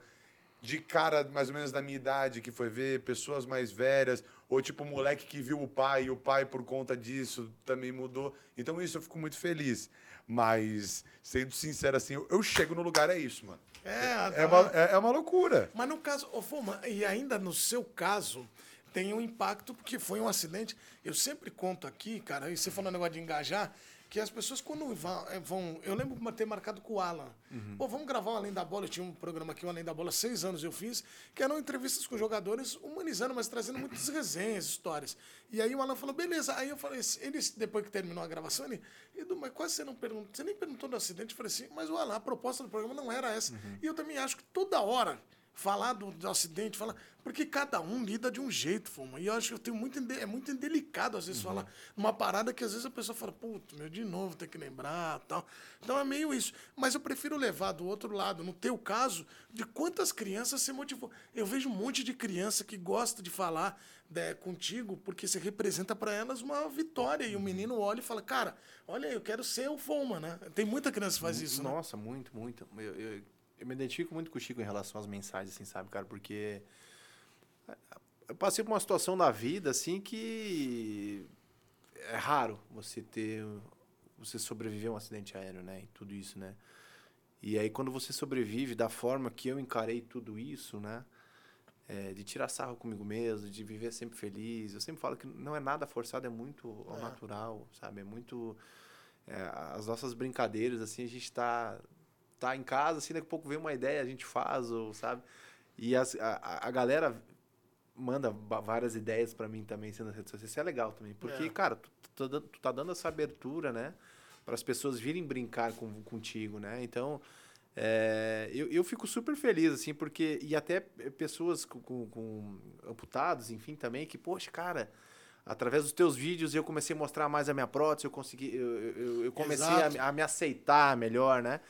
De cara mais ou menos da minha idade que foi ver pessoas mais velhas, ou tipo moleque que viu o pai e o pai por conta disso também mudou. Então isso eu fico muito feliz. Mas sendo sincero assim, eu, eu chego no lugar é isso, mano.
É,
É uma, é, é uma loucura.
Mas no caso, ô, Fuma, e ainda no seu caso, tem um impacto, porque foi um acidente. Eu sempre conto aqui, cara, e você falou um negócio de engajar, que as pessoas quando va- eh, vão. Eu lembro de ter marcado com o Alan. Pô, vamos gravar o Além da Bola. Eu tinha um programa aqui, o Além da Bola, seis anos eu fiz, que eram entrevistas com jogadores, humanizando, mas trazendo muitas resenhas, histórias. E aí o Alan falou, beleza. Aí eu falei, assim, ele, depois que terminou a gravação, ele, Edu, mas quase você não perguntou, você nem perguntou do acidente. Eu falei assim, mas o Alan, a proposta do programa não era essa. E eu também acho que toda hora falar do, do acidente, falar. Porque cada um lida de um jeito, Fuma. E eu acho que eu tenho muito, inde- é muito indelicado, às vezes,
Uhum.
falar uma parada que às vezes a pessoa fala, puto, meu, de novo tem que lembrar tal. Então é meio isso. Mas eu prefiro levar do outro lado, no teu caso, de quantas crianças você motivou. Eu vejo um monte de criança que gosta de falar né, contigo, porque você representa para elas uma vitória.
Uhum.
E o menino olha e fala, cara, olha, eu quero ser o Fuma, né? Tem muita criança que faz isso, né?
Uhum. Nossa, muito, muito. Eu, eu, eu me identifico muito com o Chico em relação às mensagens, assim, sabe, cara? Porque eu passei por uma situação da vida, assim, que é raro você ter... Você sobreviver a um acidente aéreo, né? E tudo isso, né? E aí, quando você sobrevive da forma que eu encarei tudo isso, né? É, de tirar sarro comigo mesmo, de viver sempre feliz. Eu sempre falo que não é nada forçado, é muito ao
É.
natural, sabe? É muito... é, as nossas brincadeiras, assim, a gente tá, tá em casa, assim, daqui a pouco vem uma ideia, a gente faz, ou, sabe? E as- a- a, a galera manda ba- várias ideias pra mim também, sendo nas redes sociais. Isso é legal também. Porque,
É.
cara, tu, tu tá dando, tu tá dando essa abertura, né? Para as pessoas virem brincar com, contigo, né? Então, é, eu, eu fico super feliz, assim, porque. E até eh, pessoas com, com- com amputados, enfim, também, que, poxa, cara. Através dos teus vídeos eu comecei a mostrar mais a minha prótese, eu consegui, eu, eu- eu, eu comecei a,
Exato.
me- a me aceitar melhor, né?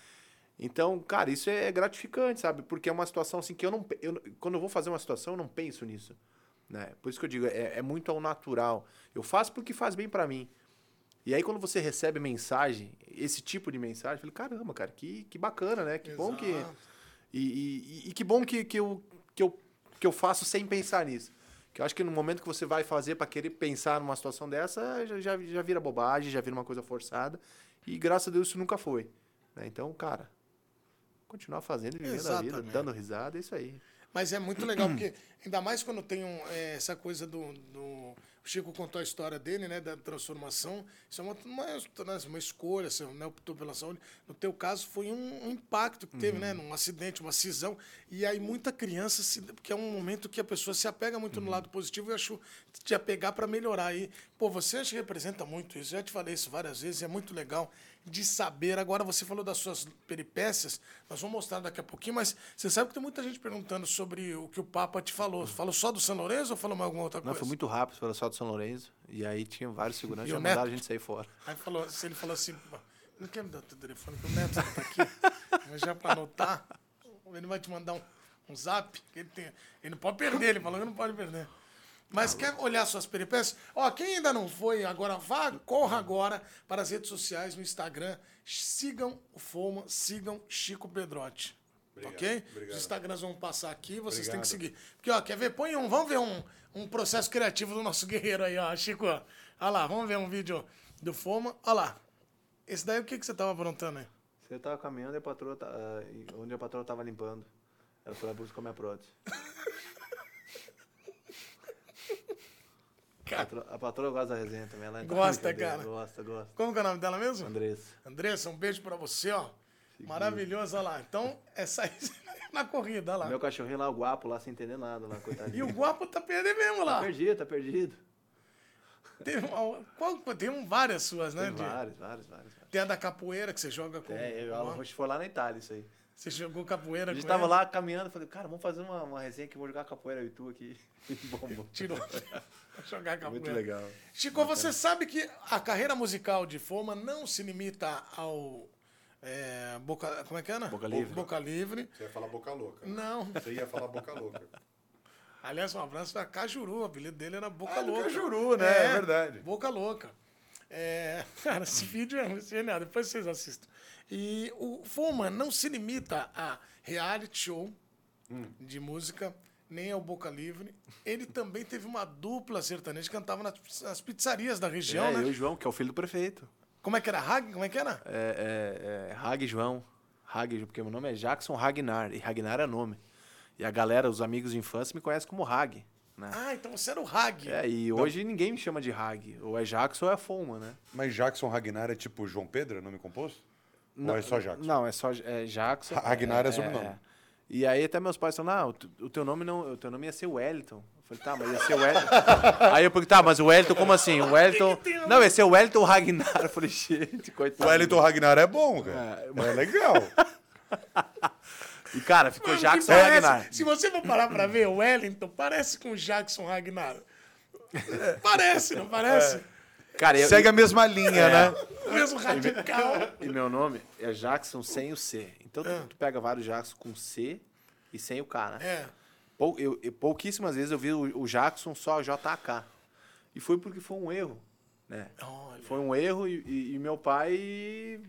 Então, cara, isso é gratificante, sabe? Porque é uma situação assim que eu não. pe- Eu, não- quando eu vou fazer uma situação, eu não penso nisso. Né? Por isso que eu digo, é, é muito ao natural. Eu faço porque faz bem pra mim. E aí, quando você recebe mensagem, esse tipo de mensagem, eu falo, caramba, cara, que, que bacana, né? Que bom que.
Exato.
E, e- e- e que bom que, que, eu, que, eu, que eu faço sem pensar nisso. Que eu acho que no momento que você vai fazer pra querer pensar numa situação dessa, já, já, já vira bobagem, já vira uma coisa forçada. E graças a Deus isso nunca foi. né? Então, cara, continuar fazendo e vivendo a
Exatamente.
vida, dando risada, é isso aí.
Mas é muito legal, porque ainda mais quando tem um, eh, essa coisa do, do- O Chico contou a história dele, né? Da transformação. Isso é uma, uma, né, uma escolha, você né, optou pela saúde. No teu caso, foi um, um impacto que teve, né? Num acidente, uma cisão. E aí muita criança, se, porque é um momento que a pessoa se apega muito
Uhum.
no lado positivo e achou te apegar para melhorar. E, pô, você acha que representa muito isso. Eu já te falei isso várias vezes, é muito legal de saber. Agora, você falou das suas peripécias, nós vamos mostrar daqui a pouquinho, mas você sabe que tem muita gente perguntando sobre o que o Papa te falou. Falou só do São Lourenço ou falou mais alguma outra
Uhum. Não,
coisa?
foi muito rápido, foi só do São Lourenço. E aí tinha vários seguranças,
E o
já mandaram
Neto?
a gente sair fora.
Aí falou, se ele falou assim, "Pô, não quer me dar o teu telefone, que o Neto não tá aqui. Mas já pra anotar, ele vai te mandar um, um zap, que ele, tem, ele não pode perder, ele falou que não pode perder. Mas quer olhar suas peripécias? Ó, quem ainda não foi agora, vá, corra agora para as redes sociais, no Instagram. Sigam o Foma, sigam Chico Pedrotti.
Obrigado,
ok?
obrigado.
Os Instagrams vão passar aqui, vocês têm que
Obrigado.
seguir. Porque, ó, quer ver? Põe um, vamos ver um, um processo criativo do nosso guerreiro aí, ó, Chico. ó. Olha lá, vamos ver um vídeo do Foma. Olha lá. Esse daí o que, que você tava aprontando aí?
Você tava caminhando e a patroa tá, ah, e onde a patroa tava limpando. Ela foi lá buscar minha prótese. A
Cara,
patro- a patroa gosta da resenha também, ela
Gosta,
Brincadeira,
cara.
Gosta, gosta.
como que é o nome dela mesmo?
Andressa.
Andressa, um beijo pra você, ó. Maravilhoso, olha lá. Então, é sair na corrida, olha
Meu
lá.
cachorrinho lá, o guapo, lá sem entender nada, lá, coitadinho.
E o Guapo tá perdendo mesmo
Tá
lá.
perdido, tá perdido.
Teve, uma- qual, tem um- várias suas, né?
Tem
de-
vários, vários, vários. vários.
Tem a da capoeira que você joga com.
É, eu,
com-
a gente foi lá na Itália, isso aí.
Você jogou capoeira
A gente
com
tava
ele?
lá caminhando, falei, cara, vamos fazer uma, uma resenha que eu vou jogar capoeira e tu aqui. E bombou.
Tirou. jogar capoeira.
Muito legal.
Chico, você sabe que a carreira musical de Foma não se limita ao. é, boca, como é que é, né?
Boca Livre.
Boca Livre.
Você ia falar boca louca.
Não.
Você ia falar boca louca.
Aliás, um abraço pra Cajuru. O apelido dele era Boca
Ah, do
Louca.
Cajuru, né? É verdade.
Boca Louca. É, cara, esse vídeo é genial. Depois vocês assistam. E o Foma não se limita a reality show
Hum.
de música, nem ao Boca Livre. Ele também teve uma dupla sertaneja que cantava nas, nas pizzarias da região,
é,
né?
eu e o João, que é o filho do prefeito.
Como é que era? Hag? Como é que era?
É, é, é Hag João. Hag, porque meu nome é Jackson Ragnar. E Ragnar é nome. E a galera, os amigos de infância, me conhecem como Hag. Né?
Ah, então você era o Hag.
É, e
Então
hoje ninguém me chama de Hag. Ou é Jackson ou é Foma, né?
Mas Jackson Ragnar é tipo João Pedro, é nome composto? Ou é só Jackson?
Não, é só é Jackson.
Ragnar é sobrenome.
E aí até meus pais falaram, ah, o tu- o teu nome não, o teu nome ia ser Wellington. Eu falei, tá, mas ia ser Wellington. aí eu perguntei, tá, mas o Wellington, como assim? O Wellington...
tem a
Não, ia ser o Wellington Ragnar. Eu falei, gente,
O
coitado.
um Wellington Ragnar é bom, cara. É, legal.
E cara, ficou
Mano, que
Jackson
parece-
Ragnar.
Se você for parar pra ver, o Wellington parece com o Jackson Ragnar. É, Parece, não parece?
É. Cara, eu, É.
Segue a mesma linha, né?
O mesmo radical.
E meu nome é Jackson sem o C. Então tu, tu pega vários Jackson com C e sem o K, né?
É.
Pou- eu- eu- pouquíssimas vezes eu vi o, o Jackson só JK. E foi porque foi um erro, né?
Olha.
Foi um erro e, e- e meu pai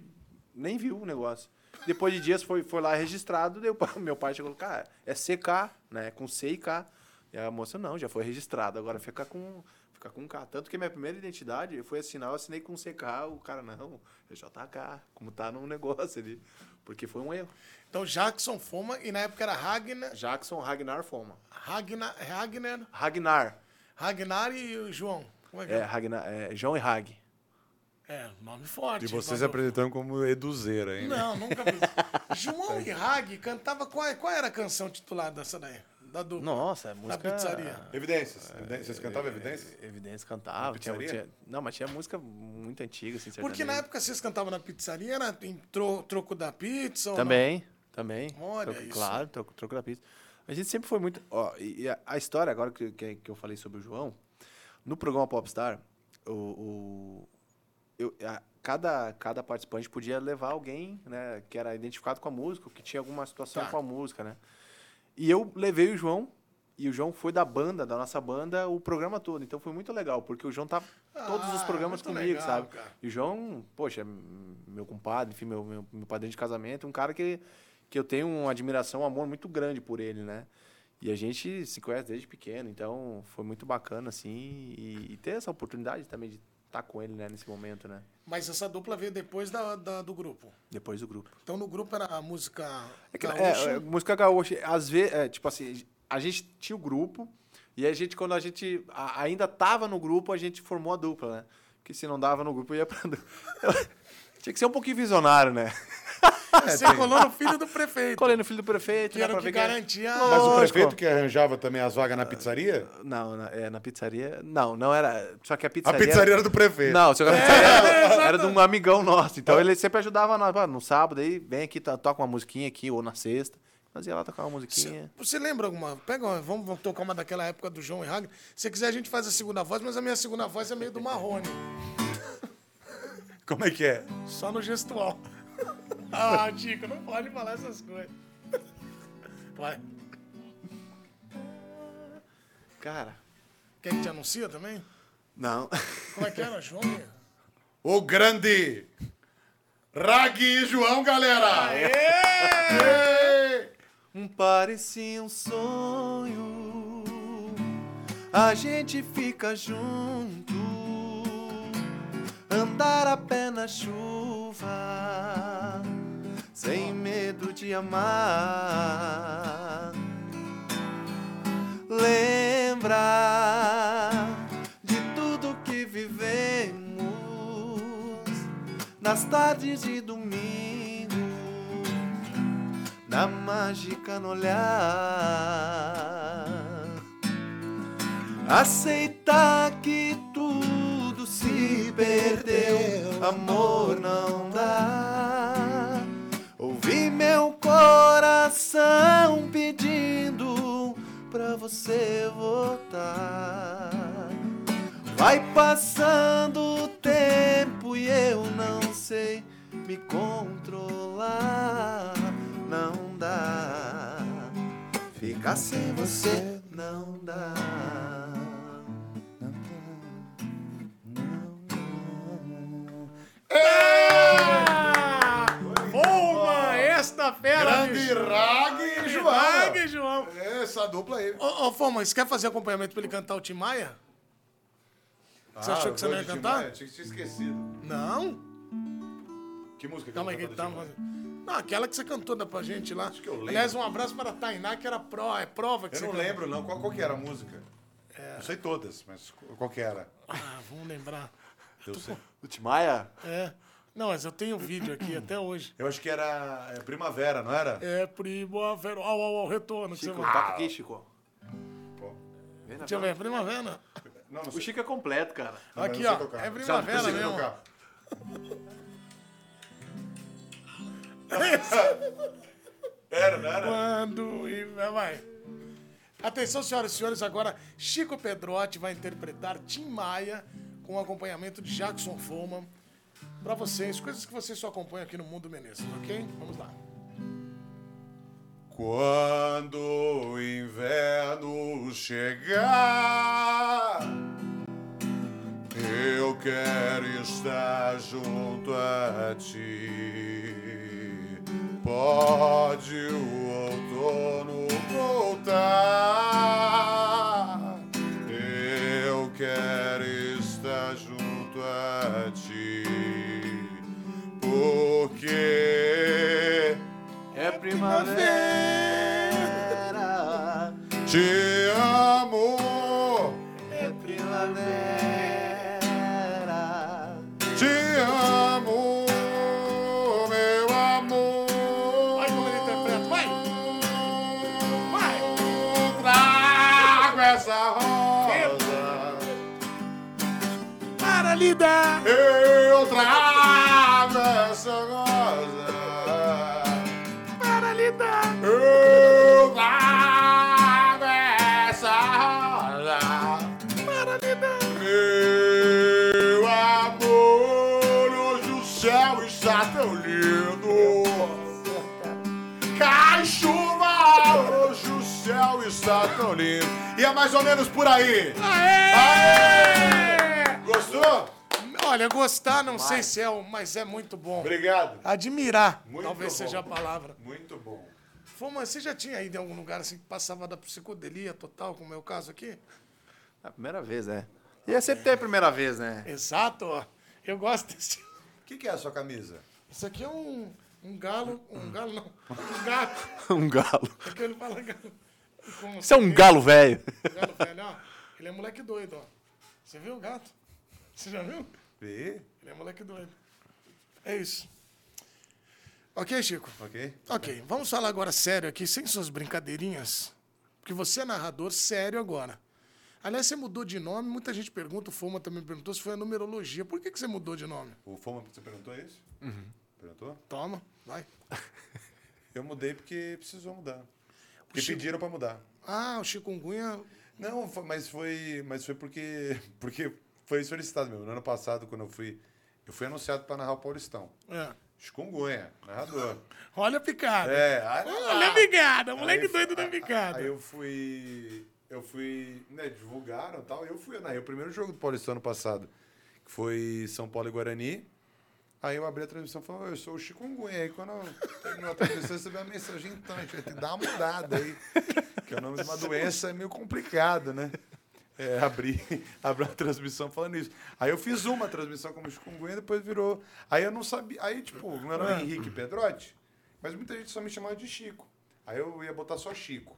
nem viu o negócio. Depois de dias foi, foi lá registrado, daí o pai- meu pai chegou e falou, cara, é CK, né? Com C e K. E a moça, não, já foi registrado, agora fica com, fica com K. Tanto que minha primeira identidade, eu fui assinar, eu assinei com CK, o cara, não, é JK, como tá no negócio ali. Porque foi um erro.
Então Jackson Foma, e na época era Ragnar,
Jackson Ragnar Foma.
Ragnar, Ragnar,
Ragnar.
Ragnar e o João. Como é que
É,
é?
Ragnar, é, João e Rag.
É, nome forte.
E vocês se
nome-
apresentando como Eduzeira, hein?
Não, nunca vi. João e Rag cantava qual, qual era a canção titular dessa daí? Da dupla.
Nossa, é
da
música...
pizzaria.
Evidências. evidências. Vocês cantavam evidências?
Evidência cantava. Tinha,
pizzaria?
tinha- não, mas tinha música muito antiga, assim,
Porque na
sertaneja.
época vocês cantavam na pizzaria, era em tro- troco da pizza ou não?
Também, também.
Olha
Troco-
isso.
Claro, troco, troco da pizza. A gente sempre foi muito... Ó, e e a, a história agora que, que, que eu falei sobre o João, no programa Popstar, o... o- eu, a- cada, cada participante podia levar alguém, né? Que era identificado com a música, que tinha alguma situação
Tá.
com a música, né? E eu levei o João, e o João foi da banda, da nossa banda, o programa todo. Então foi muito legal, porque o João tá todos os
Ah,
programas
muito
comigo,
legal,
sabe?
cara.
E o João, poxa, é m- meu compadre, enfim, meu, meu, meu padrinho de casamento, um cara que, que eu tenho uma admiração, um amor muito grande por ele, né? E a gente se conhece desde pequeno, então foi muito bacana, assim, e, e ter essa oportunidade também de estar com ele, né, nesse momento, né?
Mas essa dupla veio depois da, da- do grupo.
Depois do grupo.
Então no grupo era a música
É que,
gaúcha.
é, é, música gaúcha, às vezes, é, tipo assim, a gente tinha o grupo e a gente, quando a gente a- ainda tava no grupo, a gente formou a dupla, né? Porque se não dava no grupo, ia pra dupla. tinha que ser um pouquinho visionário, né?
Você
é,
colou no filho do prefeito.
Colei no filho do prefeito,
Que
né,
era o
pra
que
ver quem era.
garantia.
Mas o
Lógico.
prefeito que arranjava também as vagas na pizzaria?
Não, na, é, na pizzaria. Não, não era. Só que a
A
pizzaria. É,
pizzaria era do prefeito.
Não, só que a pizzaria era, era de um amigão nosso. Então ele sempre ajudava nós. "Ah, No sábado, aí vem aqui, to- toca uma musiquinha aqui, ou na sexta. Nós ia lá tocar uma musiquinha.
Você lembra alguma? Pega uma, vamos, vamos tocar uma daquela época do João e Ragnar. Se quiser, a gente faz a segunda voz, mas a minha segunda voz é meio do Marrone,
Como é que é?
só no gestual. ah, Chico, não pode falar essas coisas. Vai.
Cara.
Quer que te anuncia também?
Não.
Como é que era, João?
O grande Rag e João, galera! Aê!
Um parecia um sonho. A gente fica junto. Andar a pé na chuva. Sem medo de amar. Lembrar de tudo que vivemos nas tardes de domingo na mágica no olhar. Aceitar que tudo se perdeu, amor não dá. Ouvi meu coração pedindo pra você voltar. Vai passando o tempo e eu não sei me controlar. Não dá. Ficar sem você não dá.
Uma, esta fera!
Grande Rag e João.
João! João!
É, Essa dupla aí.
Ô, ô Foma, você quer fazer acompanhamento pra ele cantar o Tim Maia? Você achou que você não ia cantar?
Eu Ah, tinha tinha esquecido.
Não?
Que música que
Calma aí,
eu
que
vou
ele
cantar
tá
do Tim Maia?
Não, aquela que você cantou da pra gente lá.
que eu lembro.
Aliás, um abraço para a Tainá, que era pró, é prova que
Eu
você É.
não
cantou.
lembro, não. Qual, qual que era a música? Não sei todas, mas qual que era?
Ah, vamos lembrar.
Eu, sei.
Do Timaya?
É. Não, mas eu tenho o vídeo aqui até hoje.
Eu acho que era é, Primavera, não era?
É primavera. Ó, ó, ó, o retorno. que você
Chico,
vai-
toca aqui, Chico.
Pô.
Vem na
Deixa eu ver, é primavera.
Não, não
O
sei.
Chico é completo, cara.
Não, mas
Aqui,
eu
ó.
sei tocar.
É
Já
primavera
consigo
mesmo.
tocar. Era, não era?
Quando e vai, vai. Atenção, senhoras e senhores, agora Chico Pedrotti vai interpretar Tim Maia com acompanhamento de Jackson Foman para vocês, coisas que vocês só acompanham aqui no Mundo Menezes, ok? Vamos lá.
Quando o inverno chegar, eu quero estar junto a ti. Pode o outono voltar, eu quero estar junto a ti. Porque
É primavera.
te amo,
É primavera.
te amo, meu amor.
Vai, como ele interpreta, vai. Vai.
Trago essa rosa,
Para, Lida!
eu trago essa rosa.
Para, Lida!
Eu trago essa rosa.
Para, Lida!
Meu amor, hoje o céu está tão lindo. Cai chuva, hoje o céu está tão lindo. E é mais ou menos por aí.
Aê!
Gostou?
É! Olha, gostar não sei se é, o- mas é muito bom.
Obrigado.
Admirar,
Muito
talvez
bom.
seja a palavra.
Muito bom.
Foma, você já tinha ido em algum lugar assim que passava da psicodelia total, como é o caso aqui?
É a primeira vez, é. E é sempre tem a primeira vez, né?
Exato, ó. Eu gosto desse.
O que, que é a sua camisa?
Isso aqui é um, um galo. Um galo não. Um gato.
um galo.
É que ele fala galo. Com
Isso é um galo velho.
galo velho, ó. Ele é moleque doido, ó. Você viu o gato? Você já viu?
E?
Ele é moleque doido. É isso. Ok, Chico?
Ok.
Ok, vamos falar agora sério aqui, sem suas brincadeirinhas. Porque você é narrador sério agora. Aliás, você mudou de nome, muita gente pergunta, o Foma também perguntou se foi a numerologia. Por que, que você mudou de nome?
O Foma, você perguntou isso? Perguntou?
Toma, vai.
Eu mudei porque precisou mudar. Porque
Chico-
pediram pra mudar.
Ah, o chikungunya.
Não, fo- mas foi, mas foi porque, porque foi solicitado mesmo. No ano passado, quando eu fui, eu fui anunciado para narrar o Paulistão.
É.
Chikungunya, narrador.
Olha a picada.
É, aí,
Olha a picada, moleque
Aí-
doido da
aí-
picada.
Aí eu fui, eu fui, né, divulgaram e tal, eu fui, eu narrei o primeiro jogo do Paulistão ano passado, que foi São Paulo e Guarani. Aí eu abri a transmissão e falei, "Ô, eu sou o Chikungunya. Aí quando eu terminou a transmissão, você vê a mensagem então, a gente vai ter que dar uma mudada aí. Que o nome de uma doença é meio complicado, né? É, abri, abri a transmissão falando isso. Aí eu fiz uma transmissão como Chikungunya, depois virou. Aí eu não sabia. Aí, tipo, meu nome é Henrique Pedrotti, mas muita gente só me chamava de Chico. Aí eu ia botar só Chico.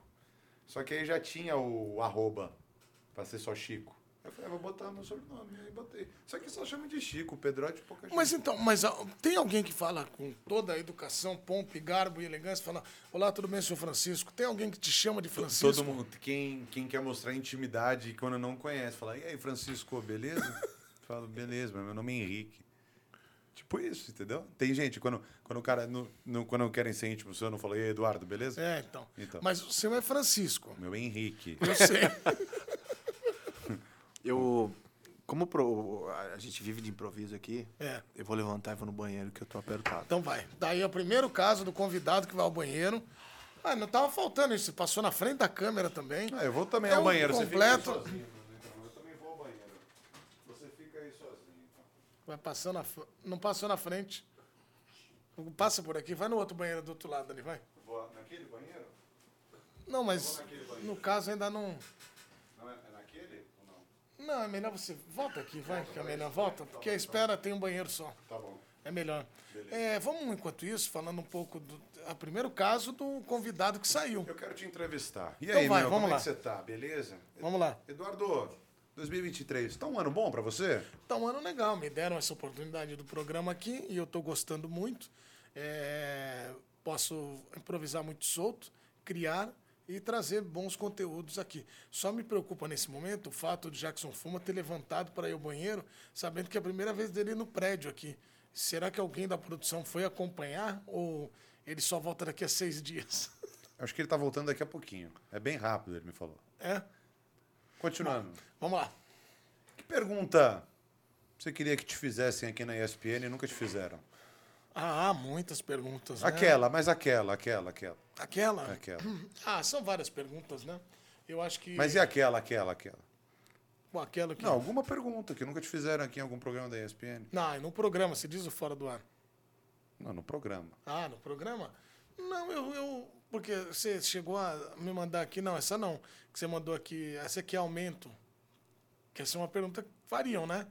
Só que aí já tinha o arroba pra ser só Chico. Eu falei, ah, vou botar meu sobrenome. Aí botei. Só que só chama de Chico, Pedrotti pouca gente.
Mas então, mas ah, tem alguém que fala com toda a educação, pompa, e garbo e elegância, fala: Olá, tudo bem, senhor Francisco? Tem alguém que te chama de Francisco?
Todo mundo, quem, quem quer mostrar intimidade quando não conhece, fala, e aí, Francisco, beleza? falo, beleza, mas meu nome é Henrique. Tipo isso, entendeu? Tem gente, quando, quando o cara. No, no- quando querem ser íntimo seu, eu não falo, e aí, Eduardo, beleza?
É, então.
Então.
Mas o seu é Francisco.
Meu é Henrique.
Eu sei.
Eu. Como pro- a gente vive de improviso aqui,
É.
eu vou levantar e vou no banheiro que eu tô apertado.
Então vai. Daí é o primeiro caso do convidado que vai ao banheiro. Ah, não tava faltando isso. Passou na frente da câmera também.
Ah, eu vou também
É
ao
um
banheiro.
completo.
Você fica aí sozinho, então. Eu também vou ao banheiro. Você fica aí sozinho. então.
Vai passando na fr- Não passou na frente. Passa por aqui, vai no outro banheiro do outro lado ali, vai.
Vou naquele banheiro?
Não, mas no caso ainda não.
Não é, é naquele ou não?
Não, é melhor você. Volta aqui, vai, que é melhor. Volta, porque a espera tem um banheiro só.
Tá bom.
É melhor. É, vamos, enquanto isso, falando um pouco do. A primeiro caso do convidado que saiu.
Eu quero te entrevistar. E
Então
aí,
vai,
meu,
vamos
como
lá.
é que você tá? Beleza?
Vamos lá.
Eduardo, 2023, tá um ano bom pra você?
Tá um ano legal, me deram essa oportunidade do programa aqui e eu tô gostando muito. É, posso improvisar muito solto, criar e trazer bons conteúdos aqui. Só me preocupa nesse momento o fato de Jackson Fuma ter levantado para ir ao banheiro, sabendo que é a primeira vez dele no prédio aqui. Será que alguém da produção foi acompanhar ou ele só volta daqui a seis dias?
Acho que ele tá voltando daqui a pouquinho. É bem rápido, ele me falou.
É?
Continuando.
Vamos lá.
Que pergunta você queria que te fizessem aqui na ESPN e nunca te fizeram?
Ah, muitas perguntas. né?
Aquela, mas aquela, aquela, aquela.
Aquela?
Aquela.
Ah, são várias perguntas, né? Eu acho que.
Mas e aquela, aquela, aquela?
Bom, aquela que.
Não, alguma pergunta que nunca te fizeram aqui em algum programa da ESPN?
Não, é no programa, se diz o fora do ar.
Não, no programa.
Ah, no programa? Não, eu. eu porque você chegou a me mandar aqui. Não, essa não. Que você mandou aqui. Essa aqui é aumento. Que essa é uma pergunta que fariam, né?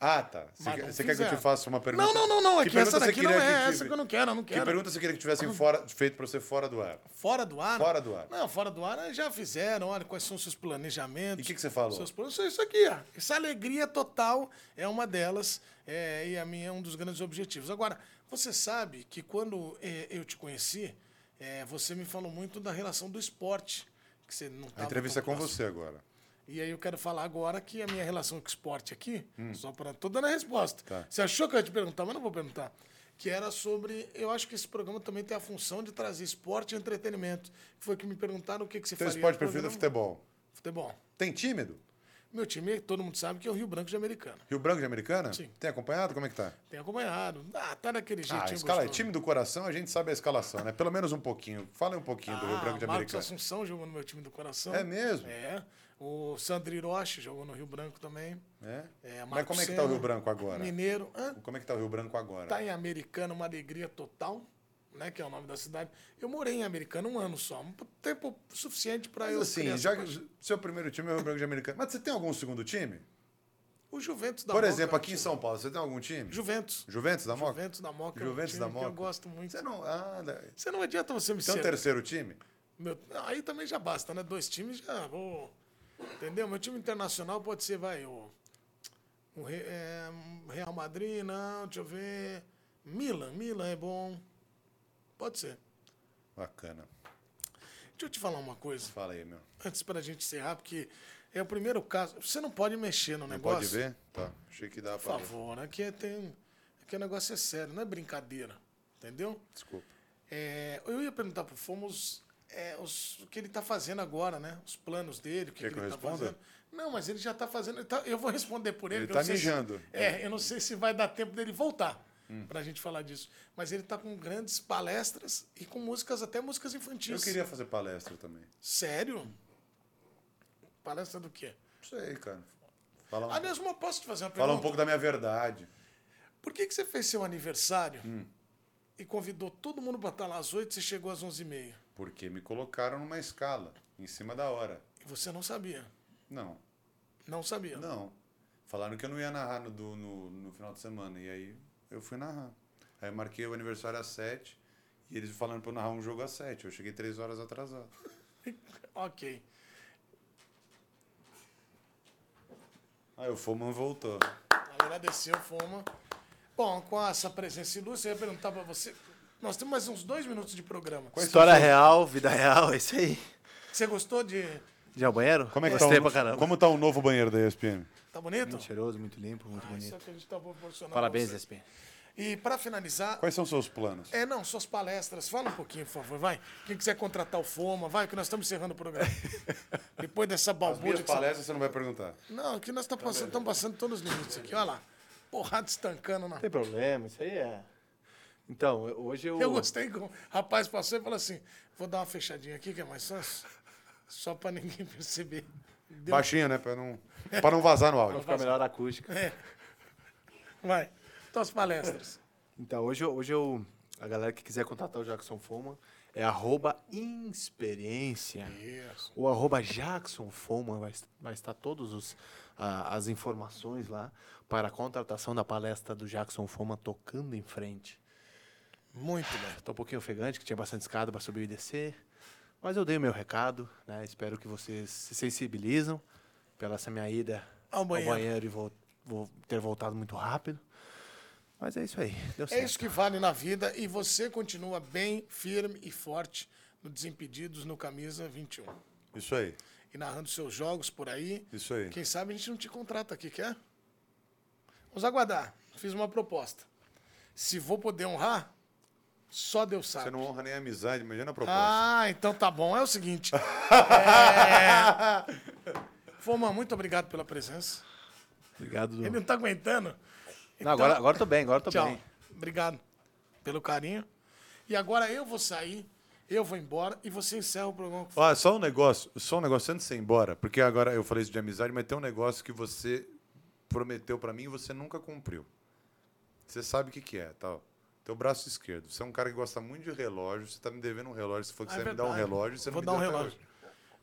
Ah, tá. Você
Mas
quer,
não
você quer que eu te
fizeram.
faça uma pergunta?
Não, não, não, não. É
Que
que,
pergunta
essa
você
daqui não
queria
é
que te-
essa que eu não quero, eu não
Que
quero.
pergunta você queria que tivessem fora, feito pra você fora do ar?
Fora do ar?
Fora do ar.
Não, fora do ar eh, já fizeram, olha, quais são os seus planejamentos.
E o que que você falou?
Seus planos, isso- isso aqui, ó. Essa alegria total é uma delas eh, e a minha é um dos grandes objetivos. Agora, você sabe que quando eh, eu te conheci, eh, você me falou muito da relação do esporte. Que você não
A
tava
entrevista é
tão
com
próximo.
você agora.
E aí eu quero falar agora que a minha relação com o esporte aqui, só para. Tô dando a resposta.
Hum. Tá.
Você achou que eu ia te perguntar, mas não vou perguntar. Que era sobre. Eu acho que esse programa também tem a função de trazer esporte e entretenimento. Que foi que me perguntaram o que, que você
Teu
faria.
esporte
no
preferido é
programa.
futebol.
Futebol.
Tem tímido?
Meu time, todo mundo sabe que é o Rio Branco de Americana.
Rio Branco de Americana?
Sim.
Tem acompanhado? Como é que tá?
Tem acompanhado. Ah, tá daquele jeitinho.
Ah, a escala é
gostoso.
time do coração, a gente sabe a escalação, né? Pelo menos um pouquinho. Fala aí um pouquinho do Rio
Ah,
Branco de
Marcos
Americana.
Assunção jogou no meu time do coração.
É mesmo?
É. O Sandro Hiroshi jogou no Rio Branco também.
É?
É,
Mas
Marco
como é que tá
Senna,
o Rio Branco agora?
Mineiro. Hã?
Como é que tá o Rio Branco agora?
Tá em Americana, uma alegria total, né? Que é o nome da cidade. Eu morei em Americana um ano só, um tempo suficiente para
Mas
eu.
assim,
criar
já
essa
que
paixão.
o seu primeiro time é o Rio Branco de Americana. Mas você tem algum segundo time?
o Juventus da
Por
Moca,
exemplo,
eu
aqui em
acho-
São Paulo, você tem algum time?
Juventus.
Juventus da Moca?
Juventus da Moca. é um
Juventus
time
da
que
Moca.
Eu gosto muito.
Você não. Ah, da-
Você não adianta você me
Então,
ser-
terceiro time?
Meu- não, aí também já basta, né? Dois times já. ô, entendeu? Meu time internacional pode ser, vai, o, o Re- é, Real Madrid, não, deixa eu ver. Milan, Milan é bom. Pode ser.
Bacana.
Deixa eu te falar uma coisa.
Fala aí, meu.
antes para a gente encerrar, porque é o primeiro caso. Você não pode mexer no
Não
negócio.
pode ver? Tá. Achei que dá
Por
pra ver.
favor, aqui tem. Aqui o negócio é sério, não é brincadeira. Entendeu?
Desculpa.
É, eu ia perguntar pro Fomos é, os- o que ele está fazendo agora, né? Os planos dele, o que,
Quer
que
que eu
ele está
responda?
fazendo. Não, mas ele já está fazendo. ele tá- eu vou responder por ele.
Ele
porque eu não
tá
sei se-
mijando. Hum.
é, eu não sei se vai dar tempo dele voltar para a gente falar disso. Mas ele está com grandes palestras e com músicas, até músicas
Eu
infantis.
queria fazer palestra também.
Sério? Palestra do quê?
Não sei, cara. Fala um,
Aliás, uma Ah, posso te fazer uma pergunta?
fala um pouco da minha verdade.
Por que, que você fez seu aniversário
Hum.
e convidou todo mundo para estar lá às 8 e você chegou às 11 e meia?
Porque me colocaram numa escala, em cima da hora.
E você não sabia.
Não,
Não sabia.
não. Falaram que eu não ia narrar no, do- no, no final de semana. E aí eu fui narrar. Aí eu marquei o aniversário às sete. E eles falaram pra eu narrar um jogo às sete. Eu cheguei três horas atrasado.
Ok.
Aí o Foman voltou.
Agradeceu, Foma. Bom, com essa presença ilustre, eu ia perguntar para você. Nós temos mais uns dois minutos de programa.
Quais são
História
os seus-
real, vida real, é isso aí.
Você gostou de
Já o banheiro?
Como é que tá
Gostei
o-
pra caramba.
Como tá o novo banheiro da ESPN?
Tá bonito?
Muito cheiroso, muito limpo, muito
Isso é
bonito.
o que a gente tá proporcionando.
Parabéns,
pra você.
ESPN.
E para finalizar,
Quais são os seus planos?
é, não, suas palestras, fala um pouquinho, por favor, vai. Quem quiser contratar o Foma, vai, que nós estamos encerrando o programa. Depois dessa balbúrdia. que você-
você não vai perguntar.
Não, aqui nós estamos passando, estamos passando todos os limites aqui, olha lá. Porrada estancando na
Não tem problema, isso aí é. Então, eu- hoje eu.
Eu gostei que o rapaz passou e falou assim: vou dar uma fechadinha aqui, que é mais fácil. Só pra ninguém perceber. Deu-
Baixinho, né? Pra não, pra não vazar no
Pra
áudio.
ficar melhor a acústica.
É. Vai. Tuas palestras.
Então, hoje, eu- hoje eu. A galera que quiser contratar o Jackson Foma é arroba Inexperiência.
Isso.
O arroba Jackson Foma vai, est- vai estar todas as informações lá para a contratação da palestra do Jackson Foma tocando em frente.
Muito bem.
Estou um pouquinho ofegante, que tinha bastante escada para subir e descer. Mas eu dei o meu recado, né? Espero que vocês se sensibilizam pela essa minha ida
Ao banheiro.
e vou, vou ter voltado muito rápido. Mas é isso aí. Deu
É
certo.
isso que vale na vida e você continua bem, firme e forte no Desimpedidos no Camisa 21.
Isso aí.
E narrando seus jogos por aí.
Isso aí.
Quem sabe a gente não te contrata aqui, quer? Vamos aguardar. Fiz uma proposta. Se vou poder honrar, só Deus sabe.
Você não honra nem a amizade, imagina a proposta.
Ah, então tá bom. É o seguinte. É... Foma, muito obrigado pela presença.
Obrigado. Du.
Ele não tá aguentando. Então,
Não, agora, agora tô bem, agora tô
Tchau.
bem.
Obrigado pelo carinho. E agora eu vou sair, eu vou embora e você encerra o programa.
Ó, só um negócio, só um negócio antes de você ir embora, porque agora eu falei isso de amizade, mas tem um negócio que você prometeu pra mim e você nunca cumpriu. Você sabe o que, que é, tal. Teu braço esquerdo. Você é um cara que gosta muito de relógio, você tá me devendo um relógio, você falou que
Ah, é
você ia me dar um
verdade.
relógio, você
Vou
não
dar um
me deu até
relógio.
hoje.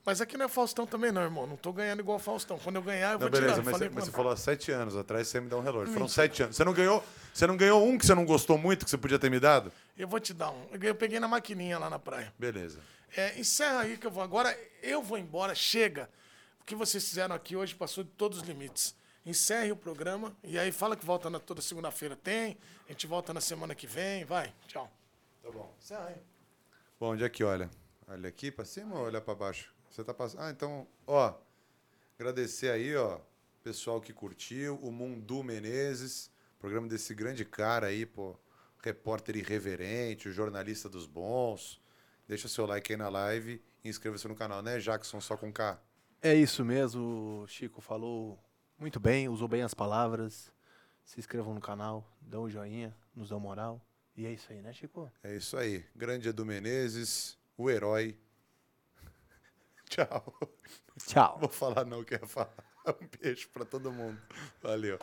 Mas aqui não é Faustão também, não, irmão. Não tô ganhando igual o Faustão. Quando eu ganhar, eu
Não,
vou
beleza,
tirar. Eu
mas,
falei
você, mas você
quando.
falou há sete anos atrás você ia me dar um relógio. Foram sete anos. Você não ganhou. Você não ganhou um que você não gostou muito, que você podia ter me dado?
Eu vou te dar um. Eu ganhei- eu peguei na maquininha lá na praia.
Beleza.
É, encerra aí que eu vou. Agora eu vou embora, chega. O que vocês fizeram aqui hoje passou de todos os limites. Encerre o programa e aí fala que volta na, toda segunda-feira. Tem, a gente volta na semana que vem. Vai, tchau.
Tá bom.
Encerra aí.
Bom, onde é que olha? Olha aqui pra cima ou olha pra baixo? Você tá passando. Ah, então, ó. Agradecer aí, ó. Pessoal que curtiu, o Mundu Menezes, programa desse grande cara aí, pô. Repórter irreverente, o jornalista dos bons. Deixa seu like aí na live e inscreva-se no canal, né, Jackson? Só com K.
É isso mesmo, o Chico falou muito bem, usou bem as palavras. Se inscrevam no canal, dão um joinha, nos dão moral. E é isso aí, né, Chico?
É isso aí. Grande Edu Menezes, o herói. Tchau.
Tchau.
Não vou falar não o que eu ia falar. Um beijo pra todo mundo. Valeu.